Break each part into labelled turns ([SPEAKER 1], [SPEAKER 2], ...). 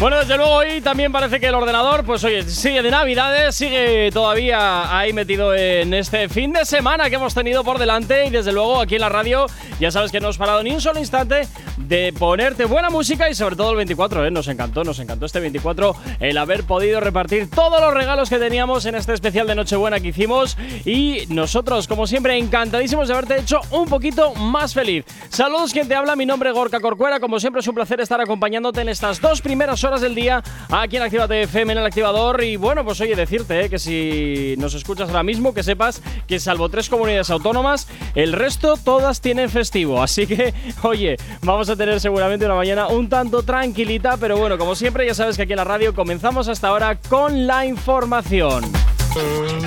[SPEAKER 1] Bueno, desde luego hoy también parece que el ordenador, pues oye, sigue de Navidades, sigue todavía ahí metido en este fin de semana que hemos tenido por delante y desde luego aquí en la radio ya sabes que no has parado ni un solo instante de ponerte buena música y sobre todo el 24, ¿eh? nos encantó, nos encantó este 24 el haber podido repartir todos los regalos que teníamos en este especial de Nochebuena que hicimos y nosotros como siempre encantadísimos de haberte hecho un poquito más feliz. Saludos quien te habla, mi nombre es Gorka Corcuera, como siempre es un placer estar acompañándote en estas dos primeras horas del día aquí en Actívate FM en el activador. Y bueno, pues oye, decirte eh, que si nos escuchas ahora mismo, que sepas que salvo tres comunidades autónomas, el resto todas tienen festivo. Así que, oye, vamos a tener seguramente una mañana un tanto tranquilita, pero bueno, como siempre, ya sabes que aquí en la radio comenzamos hasta ahora con la información.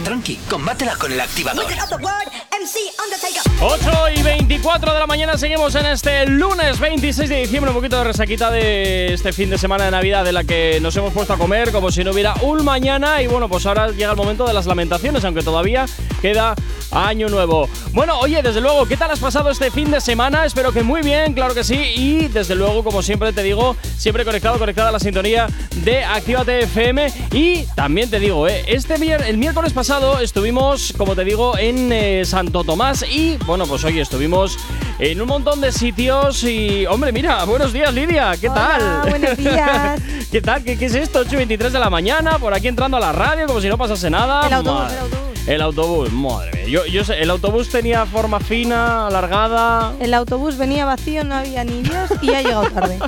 [SPEAKER 2] Tranqui, combátela con el activador.
[SPEAKER 1] 8 y 24 de la mañana seguimos en este lunes 26 de diciembre, un poquito de resaquita de este fin de semana de Navidad de la que nos hemos puesto a comer como si no hubiera un mañana y bueno, pues ahora llega el momento de las lamentaciones, aunque todavía queda año nuevo. Bueno, oye, desde luego, ¿qué tal has pasado este fin de semana? Espero que muy bien, claro que sí y desde luego, como siempre te digo, siempre conectado, conectada a la sintonía de Actívate FM y también te digo, eh, este mier el miércoles pasado estuvimos, como te digo, en eh, Santo Tomás y bueno, pues hoy estuvimos en un montón de sitios y hombre, mira, buenos días Lidia, ¿qué
[SPEAKER 3] Hola,
[SPEAKER 1] tal?
[SPEAKER 3] buenos días.
[SPEAKER 1] ¿Qué tal? ¿Qué, qué es esto? 8 y 23 de la mañana, por aquí entrando a la radio como si no pasase nada.
[SPEAKER 3] El autobús,
[SPEAKER 1] Madre-
[SPEAKER 3] el autobús.
[SPEAKER 1] El autobús, madre mía. Yo, yo sé, el autobús tenía forma fina, alargada.
[SPEAKER 3] El autobús venía vacío, no había ni Dios y ha llegado tarde.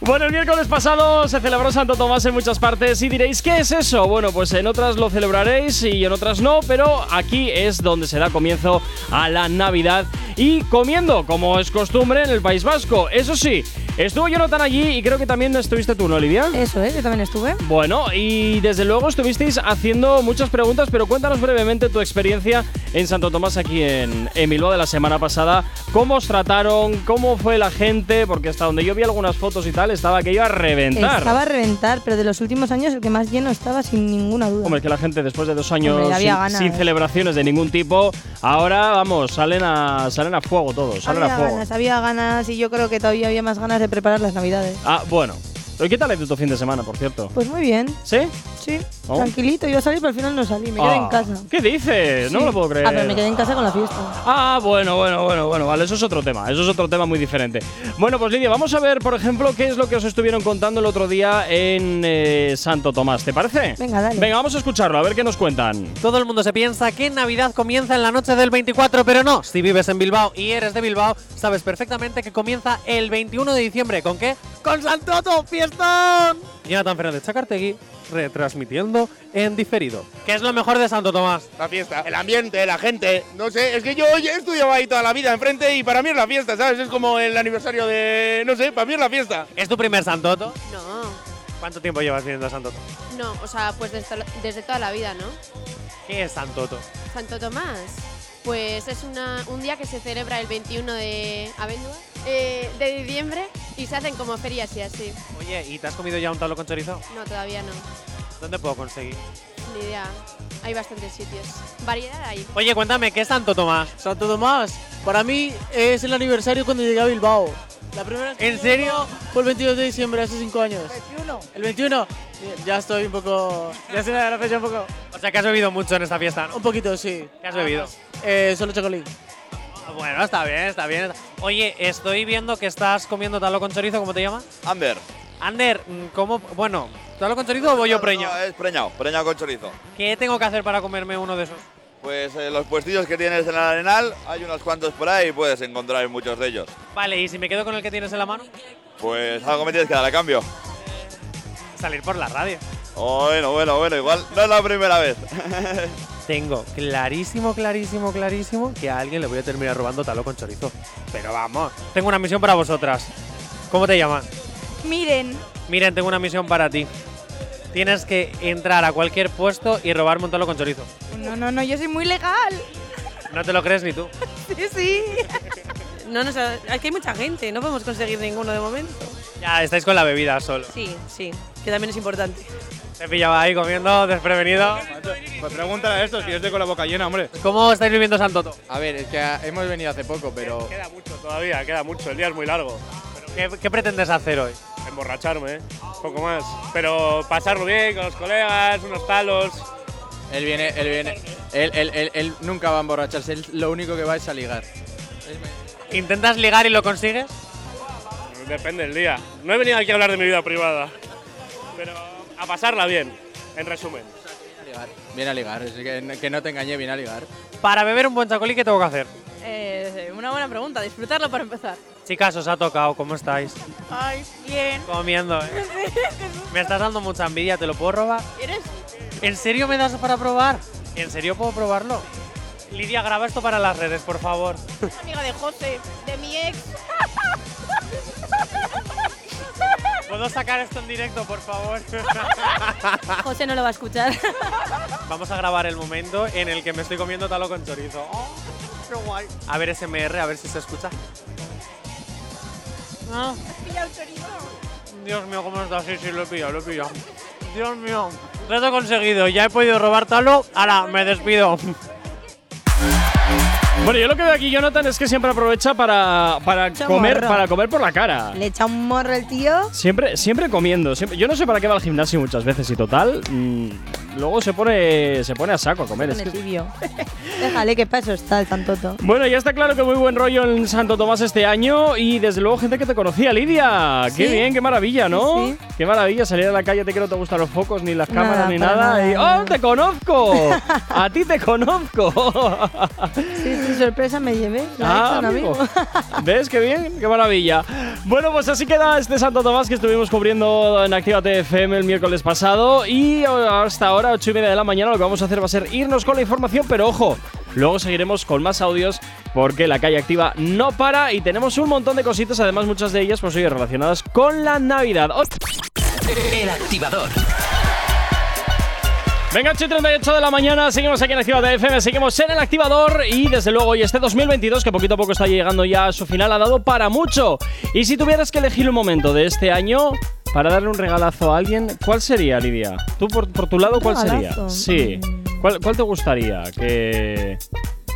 [SPEAKER 1] Bueno, el miércoles pasado se celebró Santo Tomás en muchas partes y diréis, ¿qué es eso? Bueno, pues en otras lo celebraréis y en otras no, pero aquí es donde se da comienzo a la Navidad y comiendo, como es costumbre en el País Vasco. Eso sí, estuvo Jonathan allí y creo que también estuviste tú, ¿no, Olivia?
[SPEAKER 3] Eso, ¿eh? Yo también estuve.
[SPEAKER 1] Bueno, y desde luego estuvisteis haciendo muchas preguntas, pero cuéntanos brevemente tu experiencia en Santo Tomás aquí en, en Bilbao de la semana pasada. ¿Cómo os trataron? ¿Cómo fue la gente? Porque hasta donde yo vi algunas fotos y tal, estaba aquello a reventar.
[SPEAKER 3] Estaba a reventar, pero de los últimos años el que más lleno estaba sin ninguna duda.
[SPEAKER 1] Hombre, es que la gente después de dos años
[SPEAKER 3] Hombre, había
[SPEAKER 1] sin,
[SPEAKER 3] ganas.
[SPEAKER 1] sin celebraciones de ningún tipo, ahora vamos, salen a, salen a fuego todos, salen
[SPEAKER 3] había
[SPEAKER 1] a fuego.
[SPEAKER 3] ganas, había ganas y yo creo que todavía había más ganas de preparar las navidades.
[SPEAKER 1] Ah, bueno. ¿Y ¿Qué tal ha ido tu fin de semana, por cierto?
[SPEAKER 3] Pues muy bien,
[SPEAKER 1] ¿Sí?
[SPEAKER 3] sí.
[SPEAKER 1] Oh.
[SPEAKER 3] Tranquilito, yo salí, pero al final no salí, me quedé en
[SPEAKER 1] Ah,
[SPEAKER 3] casa.
[SPEAKER 1] ¿Qué dices? No
[SPEAKER 3] Sí.
[SPEAKER 1] me lo puedo creer.
[SPEAKER 3] Ah, pero me quedé en casa con la fiesta.
[SPEAKER 1] Ah, bueno, bueno, bueno, bueno, vale, eso es otro tema, eso es otro tema muy diferente. Bueno, pues Lidia, vamos a ver, por ejemplo, qué es lo que os estuvieron contando el otro día en eh, Santo Tomás, ¿te parece?
[SPEAKER 3] Venga, dale.
[SPEAKER 1] Venga, vamos a escucharlo, a ver qué nos cuentan.
[SPEAKER 4] Todo el mundo se piensa que Navidad comienza en la noche del 24, pero no. Si vives en Bilbao y eres de Bilbao, sabes perfectamente que comienza el 21 de diciembre. ¿Con qué? ¡Con Santoto! ¡Fiestón! Jonathan Fernández Chacartegui retransmitiendo en diferido. ¿Qué es lo mejor de Santo Tomás?
[SPEAKER 5] La fiesta, el ambiente, la gente. No sé, es que yo he estudiado ahí toda la vida enfrente y para mí es la fiesta, ¿sabes? Es como el aniversario de. No sé, para mí es la fiesta.
[SPEAKER 4] ¿Es tu primer Santoto?
[SPEAKER 6] No,
[SPEAKER 4] ¿Cuánto tiempo llevas viniendo a Santoto?
[SPEAKER 6] no, o sea, pues desde, desde toda la vida, ¿no?
[SPEAKER 4] ¿Qué es Santoto?
[SPEAKER 6] Santo Tomás, pues es una- un día que se celebra el 21 de Abenua, eh, de diciembre y se hacen como ferias y así.
[SPEAKER 4] Oye, ¿y te has comido ya un talo con chorizo?
[SPEAKER 6] No, todavía no,
[SPEAKER 4] ¿Dónde puedo conseguir?
[SPEAKER 6] ni idea. Hay bastantes sitios. Variedad hay.
[SPEAKER 4] Oye, cuéntame, ¿qué es Santo Tomás?
[SPEAKER 7] Santo Tomás, para mí es el aniversario cuando llegué a Bilbao. La primera vez que
[SPEAKER 4] ¿En
[SPEAKER 7] fui a
[SPEAKER 4] serio?
[SPEAKER 7] Bilbao Fue el 22 de diciembre, hace 5 años. ¿El 21? ¿El 21? Sí, Ya estoy un poco... Ya se me da la fecha un poco...
[SPEAKER 4] O sea, que has bebido mucho en esta fiesta, ¿no?
[SPEAKER 7] Un poquito, sí.
[SPEAKER 4] ¿Qué has bebido? Ah,
[SPEAKER 7] Eh, solo chocolate.
[SPEAKER 4] Bueno, está bien, está bien. Oye, estoy viendo que estás comiendo talo con chorizo, ¿cómo te llamas?
[SPEAKER 8] Amber.
[SPEAKER 4] Ander, mm, ¿cómo? Bueno, ¿talo con chorizo o bollo preño?
[SPEAKER 8] No, eh. es preñado, preñado con chorizo.
[SPEAKER 4] ¿Qué tengo que hacer para comerme uno de esos?
[SPEAKER 8] Pues eh, los puestillos que tienes en el arenal, hay unos cuantos por ahí y puedes encontrar muchos de ellos.
[SPEAKER 4] Vale, ¿y si me quedo con el que tienes en la mano?
[SPEAKER 8] Pues algo me tienes que dar a cambio.
[SPEAKER 4] Salir por la radio.
[SPEAKER 8] Bueno, bueno, bueno, igual no es la primera vez.
[SPEAKER 4] Tengo clarísimo, clarísimo, clarísimo que a alguien le voy a terminar robando talo con chorizo. Pero vamos. Tengo una misión para vosotras. ¿Cómo te llamas?
[SPEAKER 3] Miren,
[SPEAKER 4] Miren, tengo una misión para ti. Tienes que entrar a cualquier puesto y robarme un talo con chorizo.
[SPEAKER 3] no, no, no, yo soy muy legal.
[SPEAKER 4] No te lo crees ni tú.
[SPEAKER 3] Sí, sí.
[SPEAKER 9] no nos ha- es que hay mucha gente, no podemos conseguir ninguno de momento.
[SPEAKER 4] Ya, estáis con la bebida solo.
[SPEAKER 9] Sí, sí, que también es importante.
[SPEAKER 4] Te pillaba ahí comiendo, desprevenido.
[SPEAKER 10] Pues pregúntale a estos, que yo estoy con la boca llena, hombre.
[SPEAKER 4] ¿Cómo estáis viviendo Santoto?
[SPEAKER 10] A ver, es que hemos venido hace poco, pero. Queda mucho todavía, queda mucho. El día es muy largo.
[SPEAKER 4] ¿Qué, qué pretendes hacer hoy?
[SPEAKER 10] Emborracharme, ¿eh? poco más. Pero pasarlo bien con los colegas, unos talos.
[SPEAKER 11] Él viene, él viene. Él, él, él, él nunca va a emborracharse, él lo único que va es a ligar.
[SPEAKER 4] ¿Intentas ligar y lo consigues?
[SPEAKER 10] Depende del día. No he venido aquí a hablar de mi vida privada, pero a pasarla bien, en resumen.
[SPEAKER 11] Viene a ligar, es que, que no te engañe, viene a ligar.
[SPEAKER 4] Para beber un buen chacolí, ¿qué tengo que hacer?
[SPEAKER 12] Eh, una buena pregunta, disfrutarlo para empezar.
[SPEAKER 4] Chicas, os ha tocado, ¿cómo estáis?
[SPEAKER 12] Ay, bien.
[SPEAKER 4] Comiendo, ¿eh? Me estás dando mucha envidia, ¿te lo puedo robar?
[SPEAKER 12] ¿Quieres?
[SPEAKER 4] ¿En serio me das para probar? ¿En serio puedo probarlo? Lidia, graba esto para las redes, por favor.
[SPEAKER 12] Amiga de José, de mi ex.
[SPEAKER 4] ¿Puedo sacar esto en directo, por favor?
[SPEAKER 12] José no lo va a escuchar.
[SPEAKER 4] Vamos a grabar el momento en el que me estoy comiendo talo con chorizo. Oh, qué guay. A ver SMR, a ver si se escucha. Ah, Dios mío, ¿cómo está? Sí, sí, lo he pillado, lo he pillado. Dios mío. Reto conseguido, ya he podido robar talo. Ahora, me despido.
[SPEAKER 1] Bueno, yo lo que veo aquí, Jonathan, es que siempre aprovecha para, para
[SPEAKER 3] Echa
[SPEAKER 1] comer
[SPEAKER 3] morro.
[SPEAKER 1] para comer por la cara.
[SPEAKER 3] Le echa un morro el tío.
[SPEAKER 1] Siempre, siempre comiendo. siempre- yo no sé para qué va al gimnasio muchas veces y total. mm, luego se pone, se pone a saco a comer.
[SPEAKER 3] Con
[SPEAKER 1] es
[SPEAKER 3] el
[SPEAKER 1] que-
[SPEAKER 3] tibio. Déjale, qué paso está el tantoto.
[SPEAKER 1] Bueno, ya está claro que muy buen rollo en Santo Tomás este año y desde luego gente que te conocía, Lidia. Qué
[SPEAKER 3] Sí.
[SPEAKER 1] bien, qué maravilla, ¿no?
[SPEAKER 3] Sí,
[SPEAKER 1] Qué maravilla salir a la calle, te que no te gustan los focos, ni las
[SPEAKER 3] Nada,
[SPEAKER 1] cámaras, ni
[SPEAKER 3] para
[SPEAKER 1] nada.
[SPEAKER 3] nada,
[SPEAKER 1] y, ¡Oh, te conozco! a ti te conozco.
[SPEAKER 3] Sí, sí, sorpresa me llevé. La
[SPEAKER 1] Ah,
[SPEAKER 3] he hecho un amigo.
[SPEAKER 1] amigo. ¿Ves? Qué bien, qué maravilla. Bueno, pues así queda este Santo Tomás que estuvimos cubriendo en Actívate FM el miércoles pasado. Y eh, hasta ahora, 8 y media de la mañana, lo que vamos a hacer va a ser irnos con la información, pero ojo, luego seguiremos con más audios porque la calle activa no para y tenemos un montón de cositas, además muchas de ellas pues oye, relacionadas con la Navidad. Os-
[SPEAKER 2] El activador.
[SPEAKER 1] Venga, 8 y 38 de la mañana, seguimos aquí en Activate FM, seguimos en el activador y desde luego y este 2022 que poquito a poco está llegando ya a su final ha dado para mucho. Y si tuvieras que elegir un momento de este año para darle un regalazo a alguien, ¿cuál sería, Lidia? Tú por, por tu lado, ¿cuál sería?
[SPEAKER 13] regalazo?
[SPEAKER 1] Sí. ¿Cuál, cuál te gustaría que,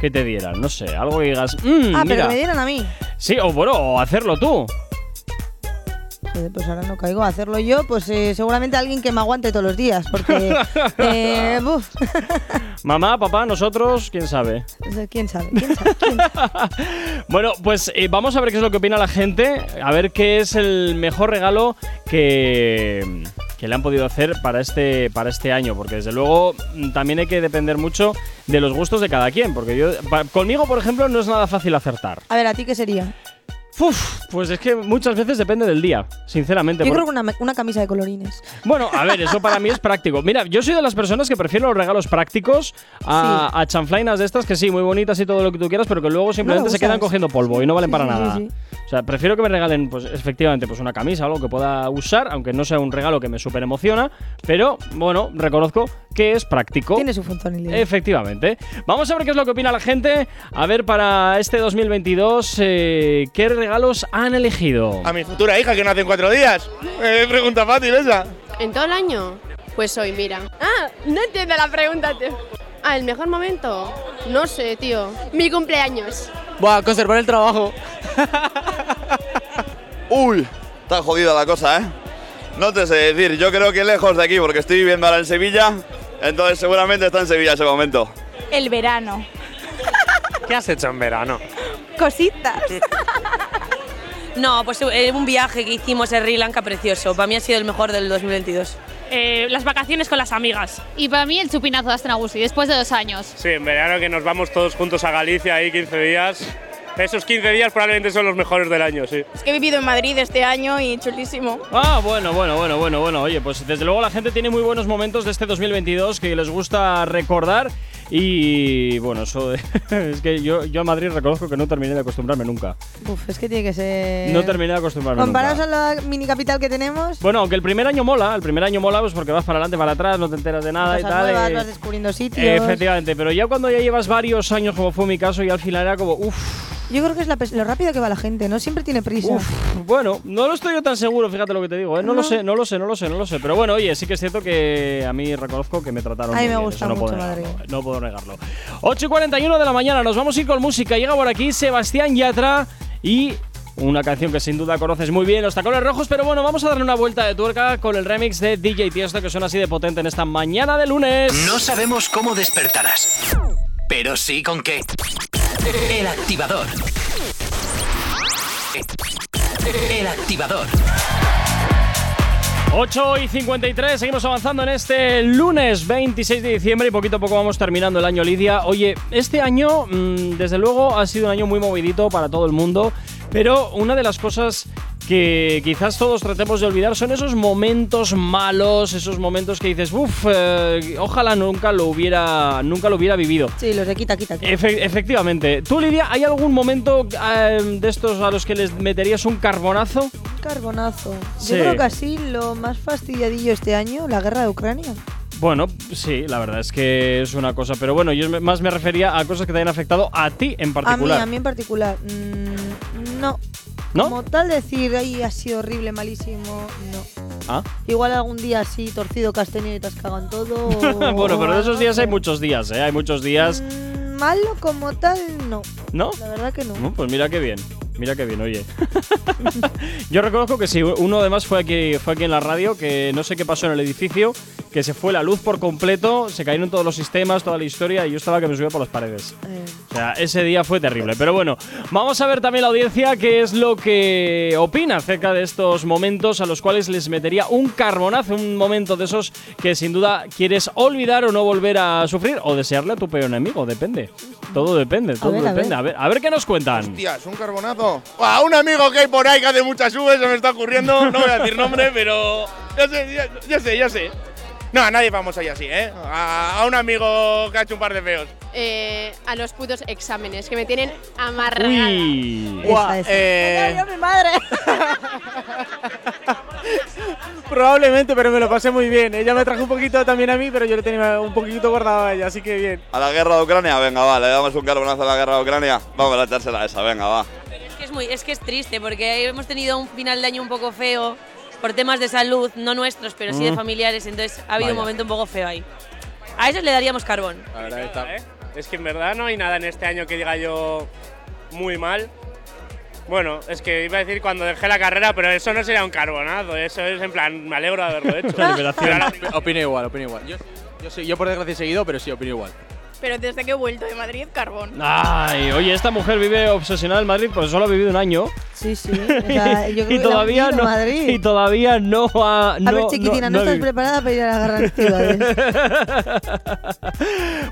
[SPEAKER 1] que te dieran? No sé, algo que digas... "Mm,
[SPEAKER 3] ah, pero
[SPEAKER 1] mira".
[SPEAKER 3] me dieron a mí.
[SPEAKER 1] Sí, o bueno, o hacerlo tú.
[SPEAKER 3] Joder, pues ahora no caigo a hacerlo yo, pues eh, seguramente alguien que me aguante todos los días, porque eh, buf,
[SPEAKER 1] Mamá, papá, nosotros, quién sabe.
[SPEAKER 3] quién sabe, quién sabe.
[SPEAKER 1] Bueno, pues eh, vamos a ver qué es lo que opina la gente, a ver qué es el mejor regalo que, que le han podido hacer para este, para este año, porque desde luego mm, también hay que depender mucho de los gustos de cada quien, porque yo, pa- conmigo, por ejemplo, no es nada fácil acertar.
[SPEAKER 3] A ver, ¿a ti qué sería?
[SPEAKER 1] Uf, pues es que muchas veces depende del día, sinceramente.
[SPEAKER 3] Yo
[SPEAKER 1] por-
[SPEAKER 3] creo que una, una camisa de colorines.
[SPEAKER 1] Bueno, a ver, eso para mí es práctico. Mira, yo soy de las personas que prefiero los regalos prácticos a, a chanflainas de estas que sí, muy bonitas y todo lo que tú quieras, pero que luego simplemente se
[SPEAKER 13] usas.
[SPEAKER 1] quedan cogiendo polvo y no valen para
[SPEAKER 13] sí,
[SPEAKER 1] nada.
[SPEAKER 13] sí.
[SPEAKER 1] O sea, prefiero que me regalen, pues efectivamente, pues una camisa, algo que pueda usar, aunque no sea un regalo que me súper emociona, pero bueno, reconozco que es práctico.
[SPEAKER 3] Tiene su funcionalidad.
[SPEAKER 1] Efectivamente. Vamos a ver qué es lo que opina la gente. A ver, para este 2022, eh, ¿qué regalos han elegido?
[SPEAKER 5] A mi futura hija que nace en cuatro días. Eh, pregunta fácil esa.
[SPEAKER 6] ¿En todo el año? Pues hoy, mira. Ah, no entiendo la pregunta, tío. Ah, ¿el mejor momento? No sé, tío. Mi cumpleaños.
[SPEAKER 7] Buah, conservar el trabajo.
[SPEAKER 8] Uy, está jodida la cosa, ¿eh? No te sé decir, yo creo que lejos de aquí, porque estoy viviendo ahora en Sevilla, entonces seguramente está en Sevilla ese momento.
[SPEAKER 12] El verano.
[SPEAKER 4] ¿Qué has hecho en verano?
[SPEAKER 12] Cositas.
[SPEAKER 9] No, pues eh, un viaje que hicimos en Sri Lanka precioso. Para mí ha sido el mejor del 2022.
[SPEAKER 14] las vacaciones con las amigas. Y para mí el chupinazo de Astenagusi, después de dos años.
[SPEAKER 10] Sí, en verano que nos vamos todos juntos a Galicia ahí 15 días. Esos 15 días probablemente son los mejores del año, sí.
[SPEAKER 12] Es que he vivido en Madrid este año y chulísimo.
[SPEAKER 1] Ah, bueno, bueno, bueno, bueno, bueno. Oye, pues desde luego la gente tiene muy buenos momentos de este 2022 que les gusta recordar. Y bueno, eso es que yo, yo a Madrid reconozco que no terminé de acostumbrarme nunca.
[SPEAKER 3] Uf, es que tiene que ser.
[SPEAKER 1] No terminé de acostumbrarme
[SPEAKER 3] Comparados
[SPEAKER 1] nunca. Pues,
[SPEAKER 3] a la mini capital que tenemos,
[SPEAKER 1] Bueno, aunque el primer año mola, el primer año mola pues porque vas para adelante, para atrás, no te enteras de nada
[SPEAKER 3] cosas
[SPEAKER 1] y tal.
[SPEAKER 3] nuevas,
[SPEAKER 1] eh,
[SPEAKER 3] vas descubriendo sitios.
[SPEAKER 1] efectivamente, pero ya cuando ya llevas varios años, como fue mi caso, y al final era como, uff,
[SPEAKER 3] Yo creo que es la pes- lo rápido que va la gente, ¿no? Siempre tiene prisa.
[SPEAKER 1] Bueno, no lo estoy yo tan seguro, fíjate lo que te digo, ¿eh? No, lo
[SPEAKER 3] No.
[SPEAKER 1] sé, no lo sé, no lo sé, no lo sé. Pero bueno, oye, sí que es cierto que a mí reconozco que me trataron
[SPEAKER 3] A mí
[SPEAKER 1] muy
[SPEAKER 3] me
[SPEAKER 1] bien,
[SPEAKER 3] gusta
[SPEAKER 1] eso no puedo
[SPEAKER 3] mucho
[SPEAKER 1] negarlo,
[SPEAKER 3] Madrid.
[SPEAKER 1] No puedo negarlo. 8 y 41 de la mañana, nos vamos a ir con música. Llega por aquí Sebastián Yatra y una canción que sin duda conoces muy bien, Los Tacones Rojos. Pero bueno, vamos a darle una vuelta de tuerca con el remix de DJ Tiesto que suena así de potente en esta mañana de lunes.
[SPEAKER 2] No sabemos cómo despertarás, pero sí con qué. El activador. El activador.
[SPEAKER 1] 8 y 53, seguimos avanzando en este lunes 26 de diciembre y poquito a poco vamos terminando el año, Lidia. Oye, este año, mm, desde luego, ha sido un año muy movidito para todo el mundo, pero una de las cosas que quizás todos tratemos de olvidar son esos momentos malos, esos momentos que dices, uff, ojalá nunca lo hubiera, nunca lo hubiera vivido.
[SPEAKER 3] Sí, los de quita, quita. quita.
[SPEAKER 1] Efe- efectivamente. ¿Tú, Lidia, hay algún momento eh, de estos a los que les meterías un carbonazo?
[SPEAKER 3] Carbonazo. Yo
[SPEAKER 1] Sí.
[SPEAKER 3] creo que así lo más fastidiadillo este año, la guerra de Ucrania.
[SPEAKER 1] Bueno, sí, la verdad es que es una cosa, pero bueno, yo me- más me refería a cosas que te hayan afectado a ti en
[SPEAKER 3] A mí,
[SPEAKER 1] particular.
[SPEAKER 3] a mí en particular. mm, no.
[SPEAKER 1] ¿No?
[SPEAKER 3] Como tal decir, ahí ha sido horrible, malísimo, no.
[SPEAKER 1] Ah.
[SPEAKER 3] Igual algún día así torcido que has tenido y te has cagado en todo. o-
[SPEAKER 1] bueno, pero de esos
[SPEAKER 3] o-
[SPEAKER 1] días hay muchos días, ¿eh? Hay muchos días,
[SPEAKER 3] Mm, Malo como tal, no.
[SPEAKER 1] ¿no?
[SPEAKER 3] La verdad que no.
[SPEAKER 1] Mm, Pues mira qué bien, mira qué bien, oye. Yo reconozco que sí, uno además fue aquí, fue aquí en la radio, que no sé qué pasó en el edificio, que se fue la luz por completo, se cayeron todos los sistemas, toda la historia, y yo estaba que me subía por las paredes.
[SPEAKER 3] Eh,
[SPEAKER 1] O sea, ese día fue terrible. Pero bueno, vamos a ver también la audiencia qué es lo que opina acerca de estos momentos a los cuales les metería un carbonazo, un momento de esos que sin duda quieres olvidar o no volver a sufrir o desearle a tu peor enemigo, depende. Todo depende, todo
[SPEAKER 5] ver, a
[SPEAKER 1] depende.
[SPEAKER 5] ver.
[SPEAKER 1] A ver, a ver qué nos cuentan.
[SPEAKER 5] Hostias, un carbonazo. A un amigo que hay por ahí que hace muchas subes, se me está ocurriendo. No voy a decir nombre, pero. Ya sé, ya, ya sé, ya sé. No, a nadie vamos ahí así, ¿eh? A, a un amigo que ha hecho un par de feos.
[SPEAKER 6] Eh, a los putos exámenes, que me tienen amarrada.
[SPEAKER 1] Uy.
[SPEAKER 6] Esa, esa.
[SPEAKER 7] eh,
[SPEAKER 6] mi madre!
[SPEAKER 7] probablemente, pero me lo pasé muy bien. Ella me trajo un poquito también a mí, pero yo le tenía un poquito guardado a ella, así que bien.
[SPEAKER 8] ¿A la guerra de Ucrania? Venga, va, le damos un carbonazo a la guerra de Ucrania. Vamos a echársela a esa, venga, va.
[SPEAKER 9] Es que es, muy, es que es triste porque hemos tenido un final de año un poco feo por temas de salud, no nuestros, pero sí de
[SPEAKER 11] Mm.
[SPEAKER 9] familiares, entonces ha habido un
[SPEAKER 11] Vaya.
[SPEAKER 9] momento un poco feo ahí. A esos le daríamos carbón.
[SPEAKER 11] La verdad está-
[SPEAKER 5] ¿eh?
[SPEAKER 10] Es que en verdad no hay nada en este año que diga yo muy mal. Bueno, es que iba a decir cuando dejé la carrera, pero eso no sería un carbonazo, eso es en plan, me alegro de haberlo hecho.
[SPEAKER 11] Una liberación. opino igual, opino igual. Yo, yo, sí- yo por desgracia he seguido, pero sí, opino igual.
[SPEAKER 12] Pero desde que he vuelto de Madrid, carbón.
[SPEAKER 1] Ay, oye, esta mujer vive obsesionada en Madrid, pues solo ha vivido un año.
[SPEAKER 3] Sí, sí. sea, yo creo que
[SPEAKER 1] y
[SPEAKER 3] la
[SPEAKER 1] todavía
[SPEAKER 3] han vivido
[SPEAKER 1] no,
[SPEAKER 3] en Madrid.
[SPEAKER 1] y todavía no ha.
[SPEAKER 3] a ver, chiquitina, no, estás preparada para ir a la guerra ¿eh? de ciudades.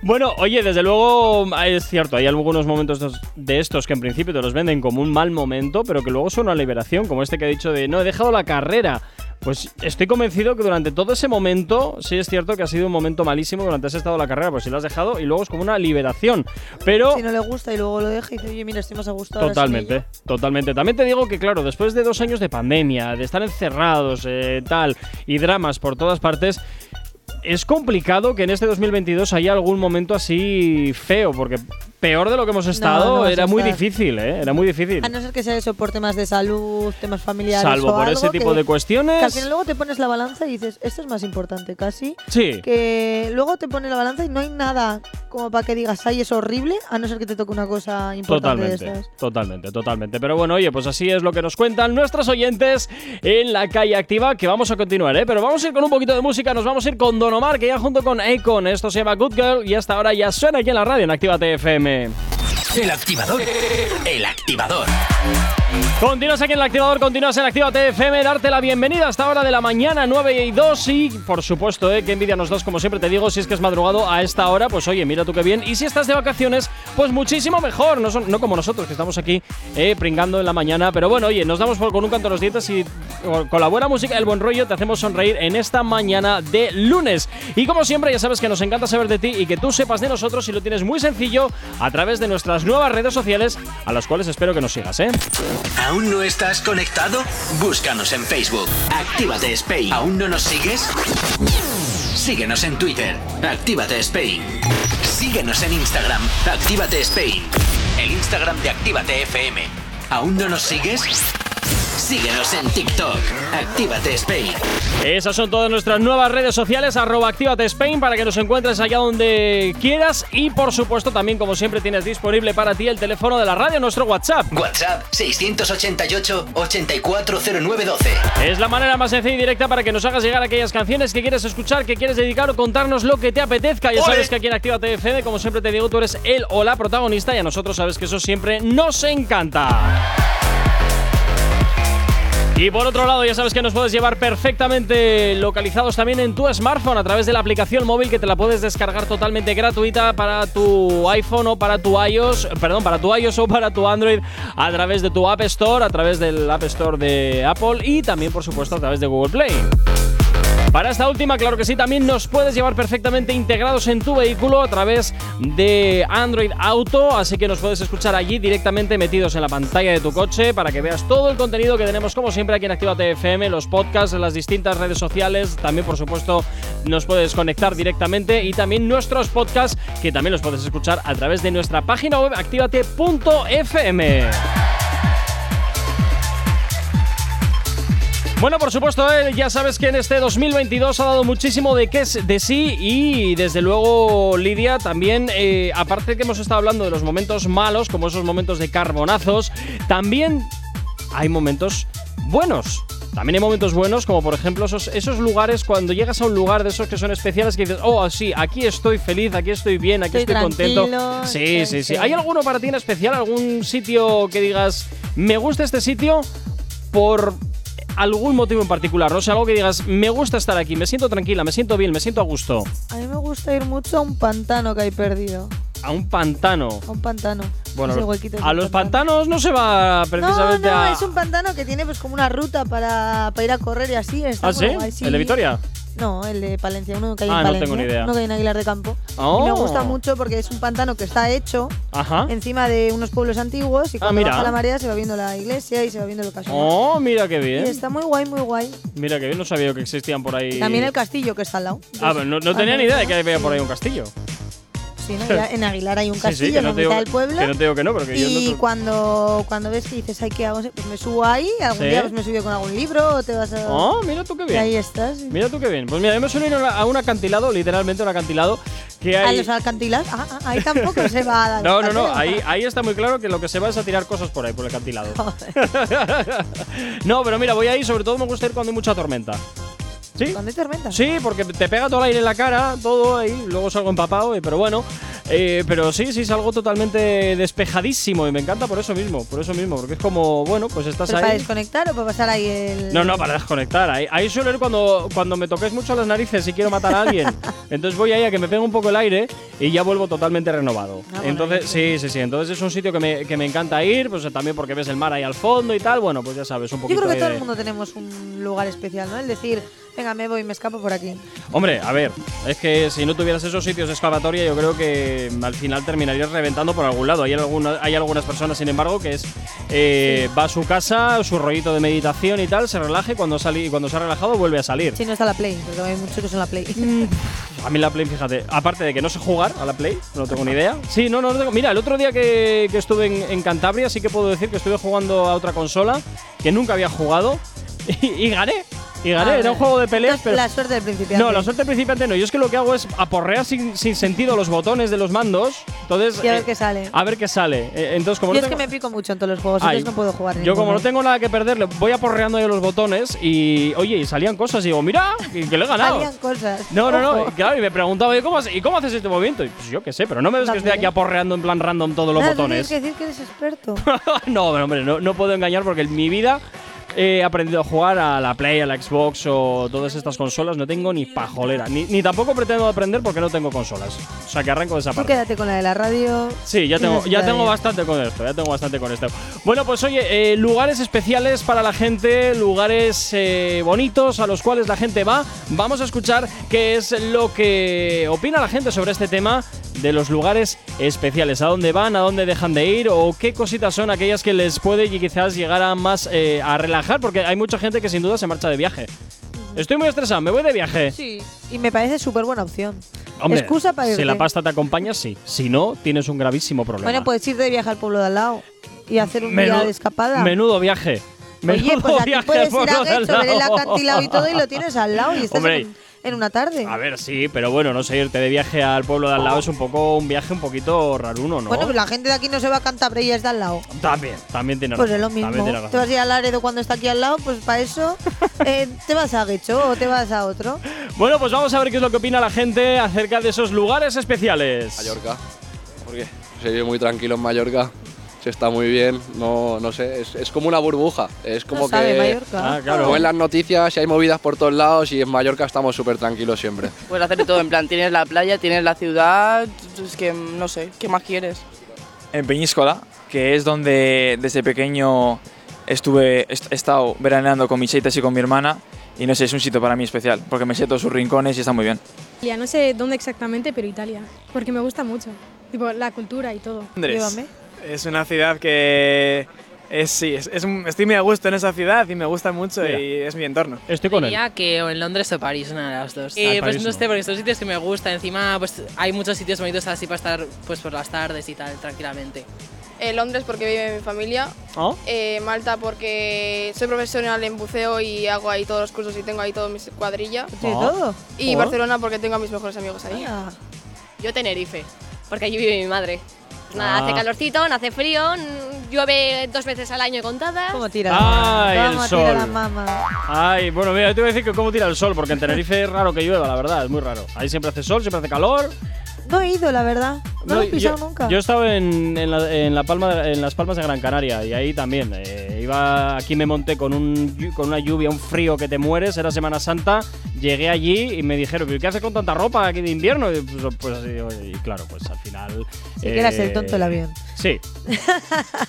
[SPEAKER 1] Bueno, oye, desde luego es cierto, hay algunos momentos de- de estos que en principio te los venden como un mal momento, pero que luego son una liberación, como este que he dicho de no, he dejado la carrera. Pues estoy convencido que durante todo ese momento, sí es cierto que ha sido un momento malísimo durante ese estado de la carrera, pues si lo has dejado y luego es como una liberación. Pero
[SPEAKER 3] si no le gusta y luego lo deja y dice, oye, mira, este estoy más a gusto. ahora sin
[SPEAKER 1] Totalmente,
[SPEAKER 3] ella".
[SPEAKER 1] totalmente. También te digo que, claro, después de dos años de pandemia, de estar encerrados, eh, tal, y dramas por todas partes, es complicado que en este 2022 haya algún momento así feo, porque peor de lo que hemos estado
[SPEAKER 3] no vas
[SPEAKER 1] era
[SPEAKER 3] a
[SPEAKER 1] muy
[SPEAKER 3] estar.
[SPEAKER 1] difícil, ¿eh? Era muy difícil.
[SPEAKER 3] A no ser que sea eso por temas de salud, temas familiares.
[SPEAKER 1] Salvo
[SPEAKER 3] o
[SPEAKER 1] por
[SPEAKER 3] algo
[SPEAKER 1] ese tipo
[SPEAKER 3] que-
[SPEAKER 1] de cuestiones.
[SPEAKER 3] que al final luego te pones la balanza y dices, esto es más importante casi.
[SPEAKER 1] Sí.
[SPEAKER 3] Que luego te pones la balanza y no hay nada como para que digas, ay, es horrible, a no ser que te toque una cosa importante de
[SPEAKER 1] Totalmente,
[SPEAKER 3] estas.
[SPEAKER 1] totalmente, totalmente. Pero bueno, oye, pues así es lo que nos cuentan nuestros oyentes en la calle activa, que vamos a continuar, ¿eh? Pero vamos a ir con un poquito de música, nos vamos a ir con Don Omar, que ya junto con Akon, esto se llama Good Girl, y hasta ahora ya suena aquí en la radio en Actívate FM.
[SPEAKER 2] El activador. El activador.
[SPEAKER 1] Continúas aquí en el activador, continúas en Actívate FM, darte la bienvenida hasta hora de la mañana, 9 y 2 y por supuesto, ¿eh? que envidia nos dos, como siempre te digo, si es que es madrugado a esta hora, pues oye, mira tú qué bien, y si estás de vacaciones, pues muchísimo mejor, no, son- no como nosotros que estamos aquí eh, pringando en la mañana, pero bueno, oye, nos damos por con un canto a los dientes y con con la buena música, el buen rollo, te hacemos sonreír en esta mañana de lunes. Y como siempre, ya sabes que nos encanta saber de ti y que tú sepas de nosotros y lo tienes muy sencillo a través de nuestras nuevas redes sociales, a las cuales espero que nos sigas, ¿eh?
[SPEAKER 2] ¿Aún no estás conectado? Búscanos en Facebook. Actívate Spain. ¿Aún no nos sigues? Síguenos en Twitter. Actívate Spain. Síguenos en Instagram. Actívate Spain. el Instagram de Actívate FM. ¿Aún no nos sigues? Síguenos en TikTok. Actívate Spain.
[SPEAKER 1] Esas son todas nuestras nuevas redes sociales, arroba Actívate Spain, para que nos encuentres allá donde quieras. Y por supuesto, también, como siempre, tienes disponible para ti el teléfono de la radio, nuestro WhatsApp.
[SPEAKER 2] WhatsApp 688 840912.
[SPEAKER 1] Es la manera más sencilla y directa para que nos hagas llegar aquellas canciones que quieres escuchar, que quieres dedicar o contarnos lo que te apetezca. Ya
[SPEAKER 2] ¡Ole!
[SPEAKER 1] sabes que aquí en Actívate FM, como siempre te digo, tú eres el o la protagonista y a nosotros sabes que eso siempre nos encanta. Y por otro lado, ya sabes que nos puedes llevar perfectamente localizados también en tu smartphone a través de la aplicación móvil que te la puedes descargar totalmente gratuita para tu iPhone o para tu iOS, perdón, para tu iOS o para tu Android a través de tu App Store, a través del App Store de Apple y también, por supuesto, a través de Google Play. Para esta última, claro que sí, también nos puedes llevar perfectamente integrados en tu vehículo a través de Android Auto, así que nos puedes escuchar allí directamente metidos en la pantalla de tu coche para que veas todo el contenido que tenemos como siempre aquí en Actívate FM, los podcasts, las distintas redes sociales, también por supuesto nos puedes conectar directamente y también nuestros podcasts que también los puedes escuchar a través de nuestra página web activate.fm. Bueno, por supuesto, eh, ya sabes que en este 2022 ha dado muchísimo de, qué es- de sí y desde luego, Lidia, también, eh, aparte que hemos estado hablando de los momentos malos, como esos momentos de carbonazos, también hay momentos buenos. También hay momentos buenos, como por ejemplo esos, esos lugares, cuando llegas a un lugar de esos que son especiales, que dices, oh, sí, aquí estoy feliz, aquí estoy bien, aquí estoy,
[SPEAKER 13] Estoy
[SPEAKER 1] contento.
[SPEAKER 13] tranquilo,
[SPEAKER 1] Sí, sí, sí.
[SPEAKER 13] estoy-
[SPEAKER 1] ¿Hay alguno para ti en especial, algún sitio que digas, me gusta este sitio por algún motivo en particular? No sé, algo que digas, me gusta estar aquí, me siento tranquila, me siento bien, me siento a gusto.
[SPEAKER 3] A mí me gusta ir mucho a un pantano que hay perdido.
[SPEAKER 1] A un pantano.
[SPEAKER 3] A un pantano.
[SPEAKER 1] Bueno,
[SPEAKER 3] Ese huequito es
[SPEAKER 1] a
[SPEAKER 3] un
[SPEAKER 1] los
[SPEAKER 3] pantano.
[SPEAKER 1] pantanos no se va
[SPEAKER 3] No,
[SPEAKER 1] precisamente
[SPEAKER 3] no,
[SPEAKER 1] a... ¿Ah,
[SPEAKER 3] es un pantano que tiene pues como una ruta para, para ir a correr y así. Está
[SPEAKER 1] ¿Ah,
[SPEAKER 3] muy
[SPEAKER 1] sí?
[SPEAKER 3] guay,
[SPEAKER 1] ¿El de Vitoria?
[SPEAKER 3] No, el de Palencia, uno que hay
[SPEAKER 1] Ah,
[SPEAKER 3] en
[SPEAKER 1] no
[SPEAKER 3] Palencia.
[SPEAKER 1] tengo ni idea.
[SPEAKER 3] Uno que hay en Aguilar de Campo. Y me
[SPEAKER 1] Oh.
[SPEAKER 3] gusta mucho porque es un pantano que está hecho
[SPEAKER 1] Ajá.
[SPEAKER 3] encima de unos pueblos antiguos y cuando
[SPEAKER 1] Ah, mira.
[SPEAKER 3] baja la marea se va viendo la iglesia y se va viendo el castillo.
[SPEAKER 1] Oh, mira qué
[SPEAKER 3] Y
[SPEAKER 1] bien.
[SPEAKER 3] está muy guay, muy guay.
[SPEAKER 1] Mira qué bien, no sabía que existían por ahí...
[SPEAKER 3] También el castillo que está al lado.
[SPEAKER 1] Ah, pero no, no
[SPEAKER 3] Ah,
[SPEAKER 1] tenía
[SPEAKER 3] no,
[SPEAKER 1] ni idea de
[SPEAKER 3] no.
[SPEAKER 1] que había por ahí un castillo.
[SPEAKER 3] Sí, ¿no? Ya En Aguilar hay un
[SPEAKER 1] Sí, sí,
[SPEAKER 3] castillo
[SPEAKER 1] que
[SPEAKER 3] en
[SPEAKER 1] no
[SPEAKER 3] la
[SPEAKER 1] te digo
[SPEAKER 3] mitad del
[SPEAKER 1] que-
[SPEAKER 3] pueblo.
[SPEAKER 1] que no te digo que no, pero que yo no
[SPEAKER 3] Y
[SPEAKER 1] te-
[SPEAKER 3] cuando, cuando ves que dices, ay, ¿qué hago? Pues me subo ahí, algún
[SPEAKER 1] Sí.
[SPEAKER 3] día pues me subo con algún libro o te vas a...
[SPEAKER 1] Oh, mira tú qué bien.
[SPEAKER 3] Y ahí estás.
[SPEAKER 1] Mira tú qué bien. Pues mira, hemos unido a un acantilado, literalmente un acantilado, que
[SPEAKER 3] A
[SPEAKER 1] hay...
[SPEAKER 3] los alcantilas, ah, ah, ahí tampoco se va a dar.
[SPEAKER 1] No, no, no.
[SPEAKER 3] paseo.
[SPEAKER 1] Ahí, ahí está muy claro que lo que se va es a tirar cosas por ahí, por el acantilado. no, pero mira, voy ahí. Sobre todo me gusta ir cuando hay mucha tormenta. ¿Sí?
[SPEAKER 3] ¿Cuándo hay tormenta?
[SPEAKER 1] Sí, porque te pega todo el aire en la cara, todo ahí. Luego salgo empapado, eh, pero bueno. Eh, pero sí, sí, salgo totalmente despejadísimo y me encanta por eso mismo, por eso mismo, porque es como, bueno, pues estás
[SPEAKER 3] ¿Pero para
[SPEAKER 1] ahí.
[SPEAKER 3] desconectar o para pasar ahí el...?
[SPEAKER 1] No, no, para desconectar. Ahí, ahí suelo ir cuando, cuando me toques mucho las narices y quiero matar a alguien. Entonces voy ahí a que me pegue un poco el aire y ya vuelvo totalmente renovado.
[SPEAKER 3] Ah,
[SPEAKER 1] Entonces, sí, sí, sí. Entonces es un sitio que me, que me encanta ir, pues también porque ves el mar ahí al fondo y tal. Bueno, pues ya sabes, un
[SPEAKER 3] Yo
[SPEAKER 1] poquito
[SPEAKER 3] creo que
[SPEAKER 1] ahí
[SPEAKER 3] todo
[SPEAKER 1] de-
[SPEAKER 3] el mundo tenemos un lugar especial, ¿no? El decir, venga, me voy, me escapo por aquí.
[SPEAKER 1] Hombre, a ver, es que si no tuvieras esos sitios de excavatoria, yo creo que mm, al final terminarías reventando por algún lado. Hay, alguna- hay algunas personas, sin embargo, que es eh, va a su casa, su rollito de meditación y tal, se relaje y cuando, sali- cuando se ha relajado vuelve a salir.
[SPEAKER 3] Si no está la Play, porque hay muchos que son la Play.
[SPEAKER 1] Mm, A mí la Play, fíjate, aparte de que no sé jugar a la Play, no tengo ni idea. Sí, no, no, no tengo. Mira, el otro día que, que estuve en, en Cantabria, sí que puedo decir que estuve jugando a otra consola que nunca había jugado y, y gané. Y gané,
[SPEAKER 3] Ah,
[SPEAKER 1] era un juego de peleas,
[SPEAKER 3] Entonces,
[SPEAKER 1] pero.
[SPEAKER 3] La suerte del principiante.
[SPEAKER 1] No, la suerte principiante no. Yo es que lo que hago es aporrear sin, sin sentido los botones de los mandos. Entonces.
[SPEAKER 3] Y a ver
[SPEAKER 1] eh,
[SPEAKER 3] qué sale.
[SPEAKER 1] A ver qué sale. Eh, Entonces, como
[SPEAKER 3] Yo
[SPEAKER 1] no
[SPEAKER 3] es que
[SPEAKER 1] tengo-
[SPEAKER 3] me pico mucho en todos los juegos,
[SPEAKER 1] Ay,
[SPEAKER 3] entonces no puedo jugar. en
[SPEAKER 1] yo como
[SPEAKER 3] ninguno.
[SPEAKER 1] no tengo nada que perder, le voy aporreando yo los botones y, oye, y salían cosas y digo, mira, que, que le he ganado.
[SPEAKER 3] Habían cosas.
[SPEAKER 1] No, no, no.
[SPEAKER 3] Ojo.
[SPEAKER 1] y Claro, y me preguntaba, ¿y cómo, hace- y cómo haces este movimiento? Y, pues yo qué sé, pero no me ves que estoy aquí aporreando en plan random todos los
[SPEAKER 3] Nada, tú
[SPEAKER 1] botones.
[SPEAKER 3] Tienes que decir que eres experto.
[SPEAKER 1] no, pero hombre, no, no puedo engañar porque en mi vida he aprendido a jugar a la Play, a la Xbox o todas estas consolas. No tengo ni pajolera. Ni, ni tampoco pretendo aprender porque no tengo consolas. O sea, que arranco de esa
[SPEAKER 3] Tú
[SPEAKER 1] parte.
[SPEAKER 3] quédate con la de la radio.
[SPEAKER 1] Sí, ya
[SPEAKER 3] y
[SPEAKER 1] tengo,
[SPEAKER 3] nos
[SPEAKER 1] ya
[SPEAKER 3] queda
[SPEAKER 1] tengo
[SPEAKER 3] bien.
[SPEAKER 1] bastante con esto, ya tengo bastante con esto. Bueno, pues oye, eh, lugares especiales para la gente, lugares eh, bonitos a los cuales la gente va. Vamos a escuchar qué es lo que opina la gente sobre este tema de los lugares especiales, a dónde van, a dónde dejan de ir o qué cositas son aquellas que les puede y quizás llegar a más eh, a relajar, porque hay mucha gente que sin duda se marcha de viaje. Estoy muy estresado, me voy de viaje.
[SPEAKER 3] Sí. Y me parece súper buena opción.
[SPEAKER 1] Hombre,
[SPEAKER 3] excusa para irte.
[SPEAKER 1] si la pasta te acompaña, sí. Si no, tienes un gravísimo problema.
[SPEAKER 3] Bueno, pues puedes irte de viaje al pueblo de al lado y hacer un día
[SPEAKER 1] Menu-
[SPEAKER 3] de escapada.
[SPEAKER 1] Menudo viaje. Menudo
[SPEAKER 3] Oye, pues aquí
[SPEAKER 1] viaje al
[SPEAKER 3] puedes ir
[SPEAKER 1] pueblo de
[SPEAKER 3] a Gate
[SPEAKER 1] al
[SPEAKER 3] sobre el
[SPEAKER 1] lado.
[SPEAKER 3] acantilado y todo y lo tienes al lado y estás
[SPEAKER 1] Hombre.
[SPEAKER 3] en, en una tarde.
[SPEAKER 1] A ver, sí, pero bueno, no sé, irte de viaje al pueblo de al lado es un poco un viaje un poquito raruno, ¿no?
[SPEAKER 3] Bueno, pues la gente de aquí no se va a Cantabria y es de al lado.
[SPEAKER 1] También, también tiene
[SPEAKER 3] Pues es lo
[SPEAKER 1] razón,
[SPEAKER 3] mismo.
[SPEAKER 1] también tiene razón.
[SPEAKER 3] Te vas a ir a Laredo cuando está aquí al lado, pues para eso eh, te vas a Guecho o te vas a otro.
[SPEAKER 1] Bueno, pues vamos a ver qué es lo que opina la gente acerca de esos lugares especiales.
[SPEAKER 13] Mallorca. Porque se vive muy tranquilo en Mallorca. Se está muy bien, no, no sé, es, es como una burbuja. Es como
[SPEAKER 3] No
[SPEAKER 13] que.
[SPEAKER 3] sabe Mallorca. Ah, claro.
[SPEAKER 13] Como en las noticias y hay movidas por todos lados y en Mallorca estamos súper tranquilos siempre.
[SPEAKER 15] Puedes hacer de todo, en plan, tienes la playa, tienes la ciudad, es que no sé, ¿qué más quieres?
[SPEAKER 16] en Peñíscola, que es donde desde pequeño estuve, est- he estado veraneando con mis cheitas y con mi hermana. Y no sé, es un sitio para mí especial, porque me sé todos sus rincones y está muy bien.
[SPEAKER 17] Italia, no sé dónde exactamente, pero Italia, porque me gusta mucho, tipo la cultura y todo.
[SPEAKER 7] Londres. Es una ciudad que. Es, sí, es, es un- estoy muy a gusto en esa ciudad y me gusta mucho
[SPEAKER 18] Mira.
[SPEAKER 7] y es mi entorno.
[SPEAKER 1] Estoy
[SPEAKER 18] Diría Ah, que o en Londres o París, una de las dos.
[SPEAKER 7] Ah,
[SPEAKER 18] Eh,
[SPEAKER 7] París
[SPEAKER 18] pues
[SPEAKER 7] no.
[SPEAKER 18] no sé, porque son sitios que me gustan. Encima, pues hay muchos sitios bonitos así para estar pues por las tardes y tal, tranquilamente.
[SPEAKER 12] Eh, Londres porque vive mi familia.
[SPEAKER 18] ¿Oh?
[SPEAKER 12] Eh, Malta porque soy profesional en buceo y hago ahí todos los cursos y tengo ahí toda mi cuadrilla.
[SPEAKER 3] ¿Tienes Ah. todo?
[SPEAKER 12] Y
[SPEAKER 3] Oh.
[SPEAKER 12] Barcelona porque tengo a mis mejores amigos ahí.
[SPEAKER 19] Ah. Yo Tenerife, porque allí vive mi madre. Nada,
[SPEAKER 1] Ah.
[SPEAKER 19] hace calorcito, no hace frío, mm, llueve dos veces al año contadas.
[SPEAKER 3] ¿Cómo
[SPEAKER 1] tira? Ay, el
[SPEAKER 3] Vamos, tira
[SPEAKER 1] sol.
[SPEAKER 3] la mama.
[SPEAKER 1] Ay, bueno, mira, yo te voy a decir que cómo tira el sol, porque en Tenerife es raro que llueva, la verdad, es muy raro. Ahí siempre hace sol, siempre hace calor.
[SPEAKER 3] No he ido, la verdad. No, lo he
[SPEAKER 1] yo-
[SPEAKER 3] pisado
[SPEAKER 1] yo,
[SPEAKER 3] nunca.
[SPEAKER 1] Yo he estado en, en la- en la Palma de- en las Palmas de Gran Canaria y ahí también. eh, iba Aquí me monté con, un, llu- con una lluvia, un frío que te mueres, era Semana Santa. Llegué allí y me dijeron, "¿Pero ¿qué haces con tanta ropa aquí de invierno? Y, pues, pues, y- y claro, pues al final. eh,
[SPEAKER 3] Sí, que eras el tonto del avión.
[SPEAKER 1] Sí.